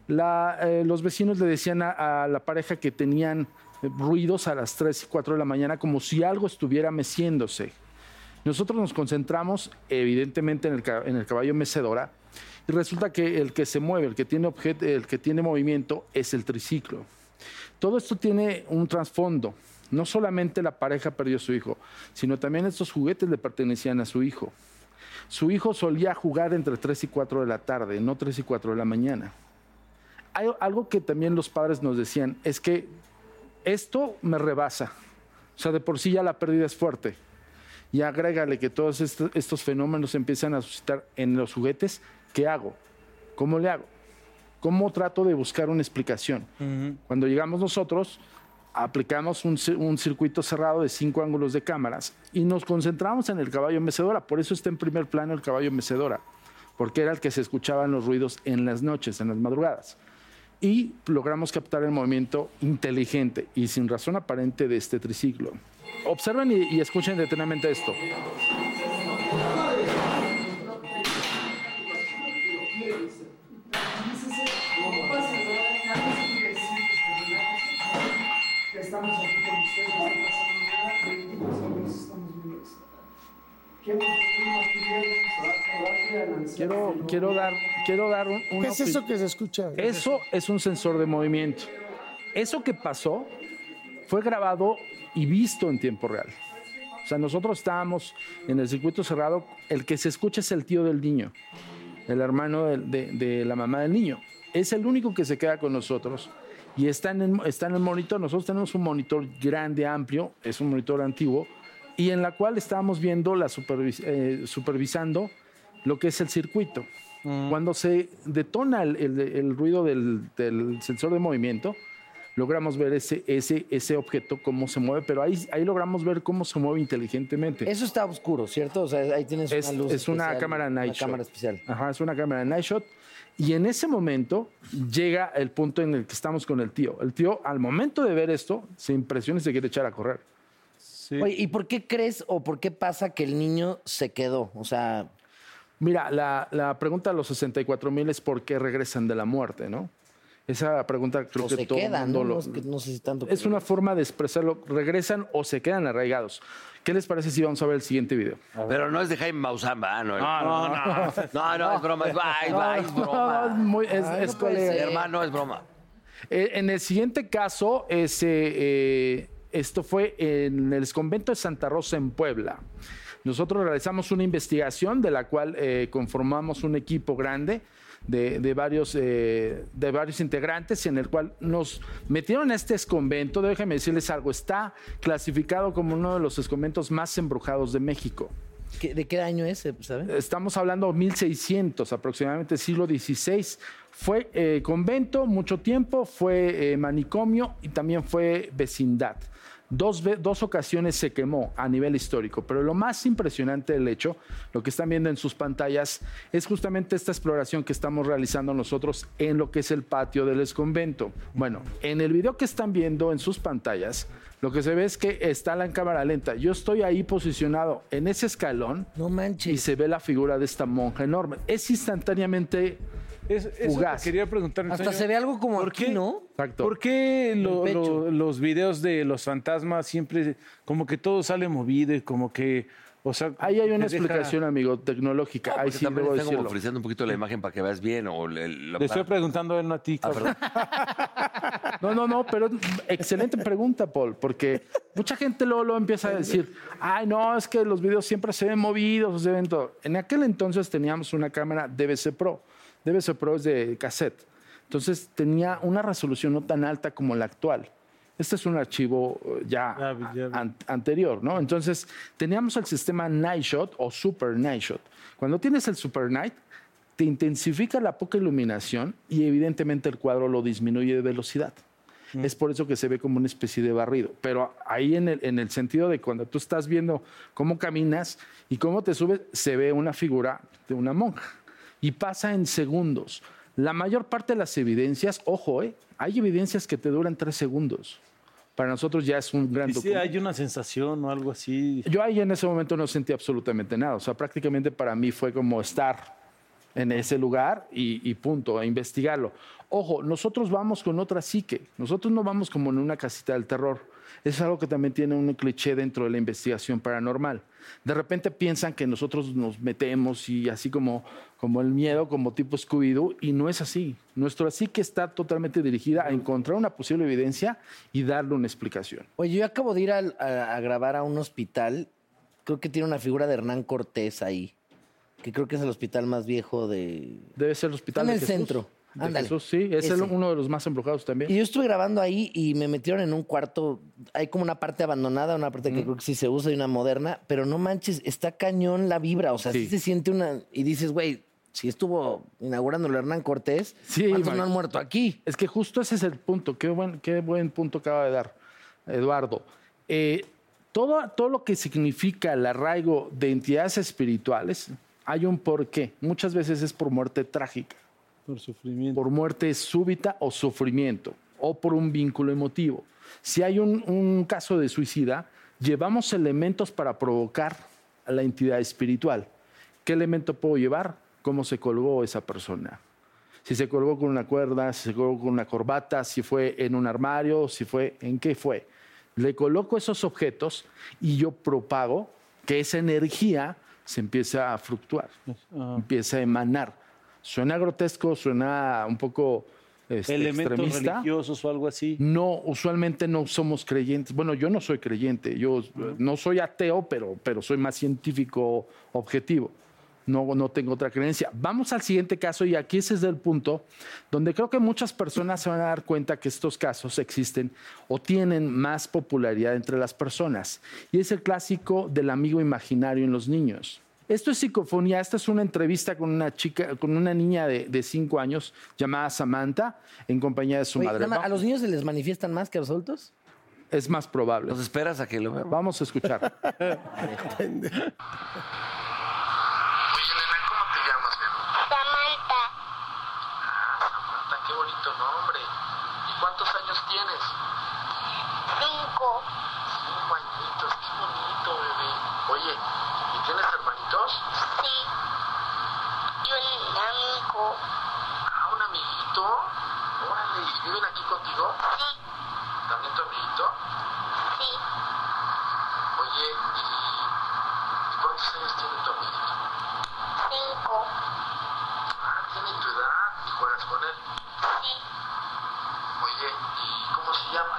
Speaker 10: La, eh, los vecinos le decían a, a la pareja que tenían eh, ruidos a las 3 y 4 de la mañana como si algo estuviera meciéndose. Nosotros nos concentramos evidentemente en el, ca- en el caballo mecedora y resulta que el que se mueve, el que tiene, objet- el que tiene movimiento es el triciclo. Todo esto tiene un trasfondo. No solamente la pareja perdió a su hijo, sino también estos juguetes le pertenecían a su hijo. Su hijo solía jugar entre 3 y 4 de la tarde, no 3 y 4 de la mañana. Hay algo que también los padres nos decían es que esto me rebasa. O sea, de por sí ya la pérdida es fuerte. Y agrégale que todos est- estos fenómenos se empiezan a suscitar en los juguetes. ¿Qué hago? ¿Cómo le hago? ¿Cómo trato de buscar una explicación? Cuando llegamos nosotros, aplicamos un, ci- un circuito cerrado de cinco ángulos de cámaras y nos concentramos en el caballo mecedora. Por eso está en primer plano el caballo mecedora, porque era el que se escuchaban los ruidos en las noches, en las madrugadas. Y logramos captar el movimiento inteligente y sin razón aparente de este triciclo. Observen y, y escuchen detenidamente esto. Quiero, quiero dar, quiero dar un, una
Speaker 3: ¿Qué es eso
Speaker 10: opinión.
Speaker 3: que se escucha?
Speaker 10: Eso es un sensor de movimiento. Eso que pasó fue grabado y visto en tiempo real. O sea, nosotros estábamos en el circuito cerrado, el que se escucha es el tío del niño, el hermano del- de, de la mamá del niño. Es el único que se queda con nosotros y está en, el, está en el monitor. Nosotros tenemos un monitor grande, amplio, es un monitor antiguo, y en la cual estábamos viendo, la supervis- eh, supervisando lo que es el circuito. Cuando se detona el, el- el ruido del, del sensor de movimiento, logramos ver ese, ese, ese objeto, cómo se mueve, pero ahí, ahí logramos ver cómo se mueve inteligentemente.
Speaker 7: Eso está oscuro, ¿cierto? O sea, ahí tienes
Speaker 10: es,
Speaker 7: una luz.
Speaker 10: es una
Speaker 7: especial,
Speaker 10: cámara night
Speaker 7: Una
Speaker 10: shot.
Speaker 7: cámara especial.
Speaker 10: Ajá, es una cámara night shot. Y en ese momento llega el punto en el que estamos con el tío. El tío, al momento de ver esto, se impresiona y se quiere echar a correr.
Speaker 7: Oye, ¿y por qué crees o por qué pasa que el niño se quedó? O sea,
Speaker 10: Mira, la, la pregunta de los 64 mil es por qué regresan de la muerte, ¿no? Esa pregunta creo
Speaker 7: o
Speaker 10: que
Speaker 7: se
Speaker 10: todo el
Speaker 7: queda,
Speaker 10: mundo
Speaker 7: ¿no?
Speaker 10: lo-
Speaker 7: No, es que no sé si tanto.
Speaker 10: Es una forma de expresarlo. Regresan o se quedan arraigados. ¿Qué les parece si vamos a ver el siguiente video?
Speaker 5: Pero no es de Jaime Maussan, ¿verdad? No,
Speaker 10: No, Ah, no, no.
Speaker 5: No, no, es broma, es, ay, ay, es broma.
Speaker 10: No, es muy- es-
Speaker 5: Ay,
Speaker 10: es
Speaker 5: no puede
Speaker 10: colega.
Speaker 5: ser. Hermano, es broma.
Speaker 10: Eh, en el siguiente caso, ese, eh, esto fue en el convento de Santa Rosa en Puebla. Nosotros realizamos una investigación de la cual eh, conformamos un equipo grande de, de varios, eh, de varios integrantes en el cual nos metieron a este esconvento. Déjenme decirles algo, está clasificado como uno de los esconventos más embrujados de México.
Speaker 7: ¿Qué- ¿De qué año es, sabes?
Speaker 10: Estamos hablando 1600, aproximadamente siglo XVI. Fue eh, convento mucho tiempo, fue eh, manicomio y también fue vecindad. Dos, ve- dos ocasiones se quemó a nivel histórico, pero lo más impresionante del hecho, lo que están viendo en sus pantallas, es justamente esta exploración que estamos realizando nosotros en lo que es el patio del exconvento. Bueno, en el video que están viendo en sus pantallas, lo que se ve es que está la cámara lenta. Yo estoy ahí posicionado en ese escalón.
Speaker 7: No manches.
Speaker 10: Y se ve la figura de esta monja enorme. Es instantáneamente
Speaker 4: Es, eso te
Speaker 10: fugaz.
Speaker 4: quería preguntar.
Speaker 10: Hasta
Speaker 4: Antonio,
Speaker 10: se ve
Speaker 7: algo como
Speaker 4: ¿por
Speaker 10: aquí,
Speaker 4: qué-
Speaker 10: ¿no? Exacto.
Speaker 4: ¿Por qué lo-
Speaker 10: El pecho.
Speaker 4: lo- los videos de los fantasmas siempre, como que todo sale movido y como que, o sea...
Speaker 10: Ahí hay una
Speaker 4: te deja-
Speaker 10: explicación, amigo, tecnológica. Ahí
Speaker 5: Porque
Speaker 10: sí
Speaker 5: también
Speaker 10: debo
Speaker 5: están como
Speaker 10: decirlo.
Speaker 5: ofreciendo un poquito la imagen para que veas bien. O el- el- la-
Speaker 4: Le estoy preguntando a él, no a ti.
Speaker 5: Ah, perdón.
Speaker 10: No, no, no, pero excelente pregunta, Paul, porque mucha gente luego, luego empieza a decir, ay, no, es que los videos siempre se ven movidos, se ven todo. En aquel entonces teníamos una cámara DVC Pro. DVC Pro es de cassette. Entonces tenía una resolución no tan alta como la actual. Este es un archivo eh, ya, an- anterior, ¿no? Entonces teníamos el sistema Night Shot o Super Night Shot. Cuando tienes el Super Night, te intensifica la poca iluminación y evidentemente el cuadro lo disminuye de velocidad. Es por eso que se ve como una especie de barrido. Pero ahí en el, en el sentido de cuando tú estás viendo cómo caminas y cómo te subes, se ve una figura de una monja. Y pasa en segundos. La mayor parte de las evidencias, ojo, ¿eh? hay evidencias que te duran tres segundos. Para nosotros ya es un gran
Speaker 11: Y sí,
Speaker 10: documento.
Speaker 11: hay una sensación o algo así.
Speaker 10: Yo ahí en ese momento no sentí absolutamente nada. O sea, prácticamente para mí fue como estar en ese lugar y, y punto, a investigarlo. Ojo, nosotros vamos con otra psique. Nosotros no vamos como en una casita del terror. Eso es algo que también tiene un cliché dentro de la investigación paranormal. De repente piensan que nosotros nos metemos y así como, como el miedo, como tipo Scooby-Doo, y no es así. Nuestra psique está totalmente dirigida a encontrar una posible evidencia y darle una explicación.
Speaker 7: Oye, yo acabo de ir al- a, a grabar a un hospital. Creo que tiene una figura de Hernán Cortés ahí. Que creo que es el hospital más viejo de.
Speaker 10: Debe ser el hospital
Speaker 7: en
Speaker 10: de
Speaker 7: el
Speaker 10: Jesús.
Speaker 7: centro.
Speaker 10: De
Speaker 7: Ándale.
Speaker 10: Jesús, sí, es el-
Speaker 7: Ese.
Speaker 10: uno de los más embrujados también.
Speaker 7: Y yo estuve grabando ahí y me metieron en un cuarto. Hay como una parte abandonada, una parte que creo que sí se usa y una moderna. Pero no manches, está cañón la vibra. O sea, sí,
Speaker 10: Sí.
Speaker 7: se siente una. Y dices, güey, si estuvo inaugurándolo Hernán Cortés,
Speaker 10: Sí,
Speaker 7: ¿cuántos
Speaker 10: Mike.
Speaker 7: no han muerto aquí?
Speaker 10: Es que justo ese es el punto. Qué buen, qué buen punto acaba de dar Eduardo. Eh, todo, todo lo que significa el arraigo de entidades espirituales, hay un porqué. Muchas veces es por muerte trágica.
Speaker 11: Por sufrimiento.
Speaker 10: Por muerte súbita o sufrimiento, o por un vínculo emotivo. Si hay un, un caso de suicida, llevamos elementos para provocar a la entidad espiritual. ¿Qué elemento puedo llevar? ¿Cómo se colgó esa persona? Si se colgó con una cuerda, si se colgó con una corbata, si fue en un armario, si fue en qué fue. Le coloco esos objetos y yo propago que esa energía se empieza a fluctuar empieza a emanar. Suena grotesco, suena un poco este,
Speaker 11: Elementos
Speaker 10: extremista.
Speaker 11: religiosos o algo así.
Speaker 10: No, usualmente no somos creyentes. Bueno, yo no soy creyente, yo eh, no soy ateo, pero, pero soy más científico objetivo. No, no tengo otra creencia. Vamos al siguiente caso y aquí ese es el punto donde creo que muchas personas se van a dar cuenta que estos casos existen o tienen más popularidad entre las personas. Y es el clásico del amigo imaginario en los niños. Esto es psicofonía. Esta es una entrevista con una chica, con una niña de, de cinco años llamada Samantha, en compañía de su
Speaker 7: Oye,
Speaker 10: madre.
Speaker 7: nada más,
Speaker 10: Vamos-
Speaker 7: ¿A los niños se les manifiestan más que a los adultos?
Speaker 10: es más probable.
Speaker 5: ¿Nos esperas a que lo veamos?
Speaker 10: Vamos a escuchar.
Speaker 2: te llamas, Samantha. Samantha, qué bonito nombre. ¿Y cuántos años tienes? Cinco. Cinco añitos, qué bonito, bebé. Oye, ¿y tienes hermanitos? Sí. Y un amigo. Ah, un amiguito. Órale, ¿y viven aquí contigo? Sí. ¿También tu amiguito? Sí. Oye, ¿y y cuántos años tiene tu amiguito? Cinco. Ah, tiene tu edad y juegas con él. Sí. Oye, ¿y cómo se llama?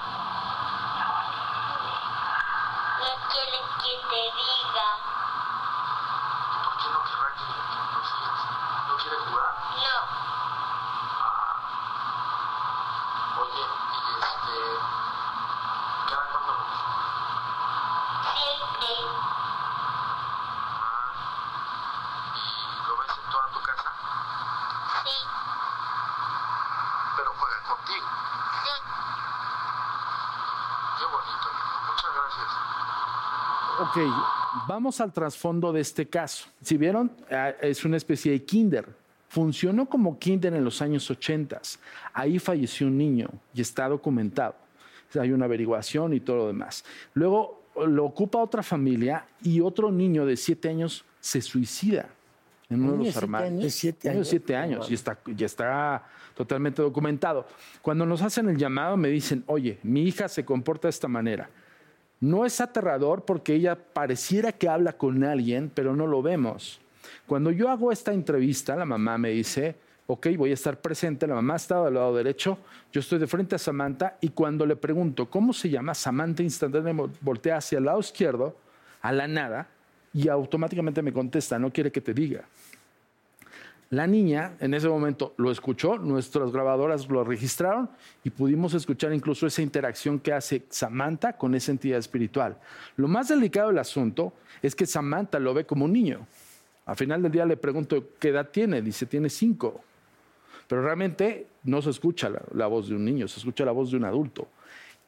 Speaker 2: No quiere que te diga. ¿Y por qué no querrá que que nos digas? ¿No quiere jugar? No. Ah. Oye, ¿y este. ¿Cada cuándo lo ves? Siempre. Ah. ¿Y lo ves en toda tu casa? Sí. Pero juega contigo. Sí. Qué bonito, amigo. Muchas gracias.
Speaker 10: Ok, vamos al trasfondo de este caso. Si vieron, Ah, es una especie de kinder. Funcionó como kinder en los años 80. Ahí falleció un niño y está documentado. O sea, Hay una averiguación y todo lo demás. Luego lo ocupa otra familia y otro niño de siete años se suicida en uno
Speaker 7: ¿Niño
Speaker 10: de
Speaker 7: de
Speaker 10: los
Speaker 7: siete
Speaker 10: armarios.
Speaker 7: años? ¿De siete
Speaker 10: Niño de
Speaker 7: años?
Speaker 10: siete años y está, y está totalmente documentado. Cuando nos hacen el llamado me dicen, oye, mi hija se comporta de esta manera. No es aterrador porque ella pareciera que habla con alguien, pero no lo vemos. Cuando yo hago esta entrevista, la mamá me dice, ok, voy a estar presente, la mamá está del lado derecho, yo estoy de frente a Samantha y cuando le pregunto, ¿cómo se llama? Samantha instantáneamente voltea hacia el lado izquierdo, a la nada, y automáticamente me contesta, no quiere que te diga. La niña en ese momento lo escuchó, nuestras grabadoras lo registraron y pudimos escuchar incluso esa interacción que hace Samantha con esa entidad espiritual. Lo más delicado del asunto es que Samantha lo ve como un niño. Al final del día le pregunto qué edad tiene, dice tiene cinco. Pero realmente no se escucha la, la voz de un niño, se escucha la voz de un adulto.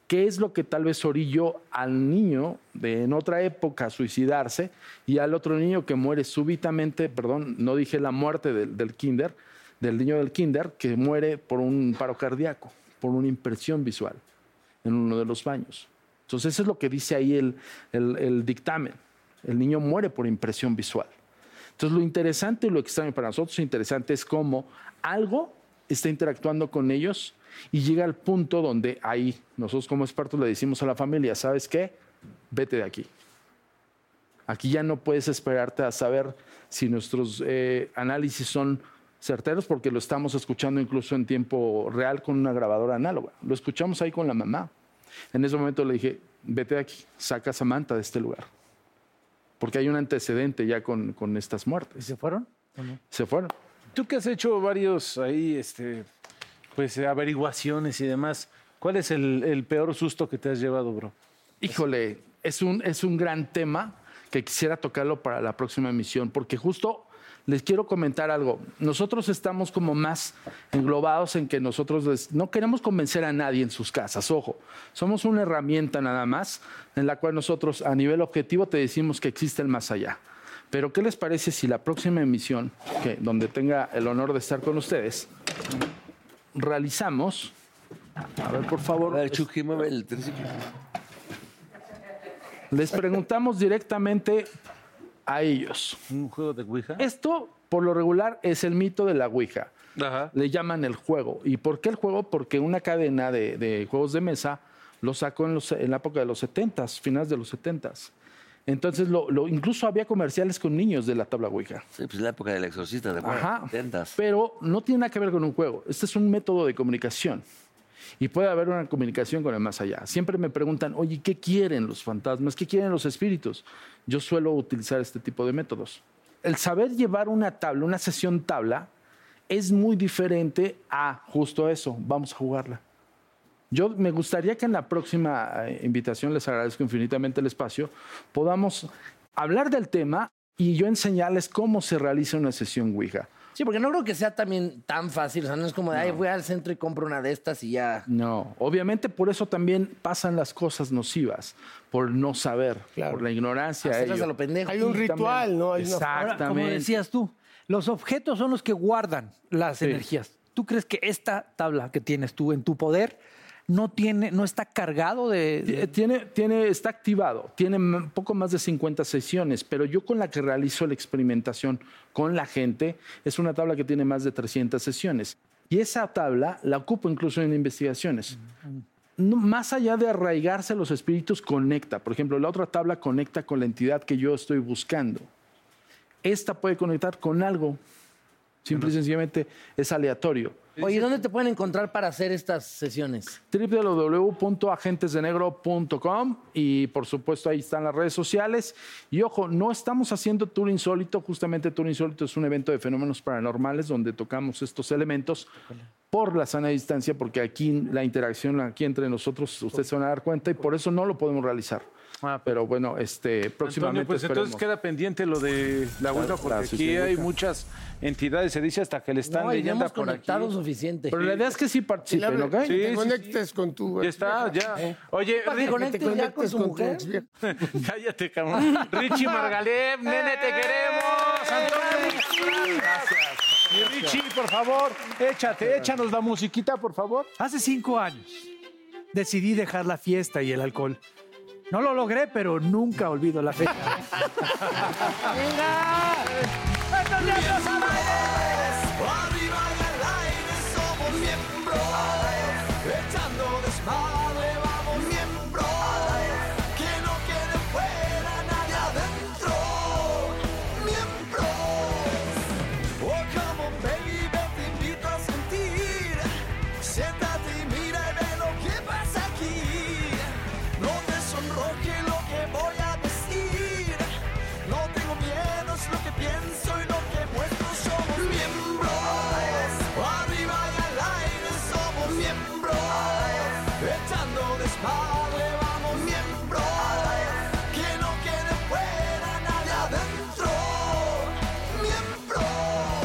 Speaker 10: ¿Qué es lo que tal vez orilló al niño de en otra época a suicidarse y al otro niño que muere súbitamente, perdón, no dije la muerte del, del kinder, del niño del kinder que muere por un paro cardíaco, por una impresión visual en uno de los baños? Entonces eso es lo que dice ahí el, el- el dictamen. El niño muere por impresión visual. Entonces lo interesante y lo extraño para nosotros interesante es cómo algo está interactuando con ellos y llega al punto donde ahí nosotros como expertos le decimos a la familia, ¿sabes qué? Vete de aquí. Aquí ya no puedes esperarte a saber si nuestros eh, análisis son certeros porque lo estamos escuchando incluso en tiempo real con una grabadora análoga. Lo escuchamos ahí con la mamá. En ese momento le dije, vete de aquí, saca a Samantha de este lugar. Porque hay un antecedente ya con, con estas muertes. ¿Se fueron? Se fueron.
Speaker 11: Tú que has hecho varios ahí, este, pues eh, averiguaciones y demás, ¿cuál es el, el peor susto que te has llevado, bro?
Speaker 10: Híjole, es un, es un gran tema que quisiera tocarlo para la próxima emisión, porque justo les quiero comentar algo. Nosotros estamos como más englobados en que nosotros les- no queremos convencer a nadie en sus casas, ojo, somos una herramienta nada más en la cual nosotros a nivel objetivo te decimos que existe el más allá. Pero ¿qué les parece si la próxima emisión, que, donde tenga el honor de estar con ustedes, realizamos... A ver, por favor. Les preguntamos directamente a ellos.
Speaker 11: ¿Un juego de Ouija?
Speaker 10: Esto, por lo regular, es el mito de la Ouija. Le llaman el juego. ¿Y por qué el juego? Porque una cadena de, de juegos de mesa lo sacó en, los- en la época de los 70s, finales de los 70s. Entonces, lo, lo- incluso había comerciales con niños de la tabla Ouija.
Speaker 5: Sí, pues la época del exorcista, ¿de acuerdo?
Speaker 10: Ajá.
Speaker 5: Tentas.
Speaker 10: Pero no tiene nada que ver con un juego. Este es un método de comunicación. Y puede haber una comunicación con el más allá. Siempre me preguntan, oye, ¿qué quieren los fantasmas? ¿Qué quieren los espíritus? Yo suelo utilizar este tipo de métodos. El saber llevar una tabla, una sesión tabla, es muy diferente a justo eso, vamos a jugarla. Yo me gustaría que en la próxima eh, invitación, les agradezco infinitamente el espacio, podamos hablar del tema y yo enseñarles cómo se realiza una sesión Ouija.
Speaker 7: Sí, porque no creo que sea también tan fácil. O sea, no es como de, ay, voy al centro y compro una de estas y ya.
Speaker 10: No, obviamente por eso también pasan las cosas nocivas, por no saber, por la ignorancia.
Speaker 8: Hacerlas
Speaker 10: ello.
Speaker 8: a lo pendejo.
Speaker 10: Y también- Exactamente.
Speaker 8: Ahora, como decías tú, los objetos son los que guardan las
Speaker 10: Sí.
Speaker 8: energías. ¿Tú crees que esta tabla que tienes tú en tu poder no tiene, no está cargado de,
Speaker 10: Ti- eh, Tiene, tiene, está activado, tiene m- poco más de 50 sesiones, pero yo con la que realizo la experimentación con la gente es una tabla que tiene más de 300 sesiones. Y esa tabla la ocupo incluso en investigaciones. No, más allá de arraigarse los espíritus, conecta. Por ejemplo, la otra tabla conecta con la entidad que yo estoy buscando. Esta puede conectar con algo. Simple y sencillamente es aleatorio.
Speaker 7: Oye, ¿dónde te pueden encontrar para hacer estas sesiones?
Speaker 10: www.agentesdenegro.com y por supuesto ahí están las redes sociales. Y ojo, no estamos haciendo Tour Insólito, justamente Tour Insólito es un evento de fenómenos paranormales donde tocamos estos elementos por la sana distancia, porque aquí la interacción aquí entre nosotros ustedes se van a dar cuenta y por eso no lo podemos realizar. Pero bueno, este próximamente
Speaker 4: Antonio, Ah, pues entonces
Speaker 10: esperemos.
Speaker 4: queda pendiente lo de la Ouija,
Speaker 10: La-
Speaker 4: porque
Speaker 10: la
Speaker 4: aquí
Speaker 10: sesión
Speaker 4: hay
Speaker 10: Ouija.
Speaker 4: muchas entidades, se dice hasta que le están
Speaker 10: No, y no
Speaker 4: leyendo
Speaker 10: hemos
Speaker 4: por aquí.
Speaker 10: conectado suficiente. Pero la idea es que sí participen,
Speaker 4: Sí,
Speaker 10: ¿ok?
Speaker 4: sí, sí,
Speaker 3: conectes con tu.
Speaker 4: Ya está, ya. Oye,
Speaker 3: Para que
Speaker 4: Rick-
Speaker 3: conectes ya con tu mujer.
Speaker 4: Cállate, cabrón. Richie Margalef, nene, te queremos. Antonio, gracias. Y Richie, por favor, échate, échanos la musiquita, por favor.
Speaker 8: Hace cinco años decidí dejar la fiesta y el alcohol. No lo logré, pero nunca olvido la fecha.
Speaker 11: Arriba y al aire somos miembros, echando desmadre vamos miembros, que no quede fuera nadie adentro, miembros. Oh, come on baby, te invito a sentir, siéntate y mira y ve lo que pasa aquí, no te sonroje lo que voy a decir, no tengo miedo, es lo que pienso y lo que muestro somos miembros. Arriba y al aire somos miembros. Echando desmadre vamos miembros. Que no quede fuera nadie adentro. Miembros.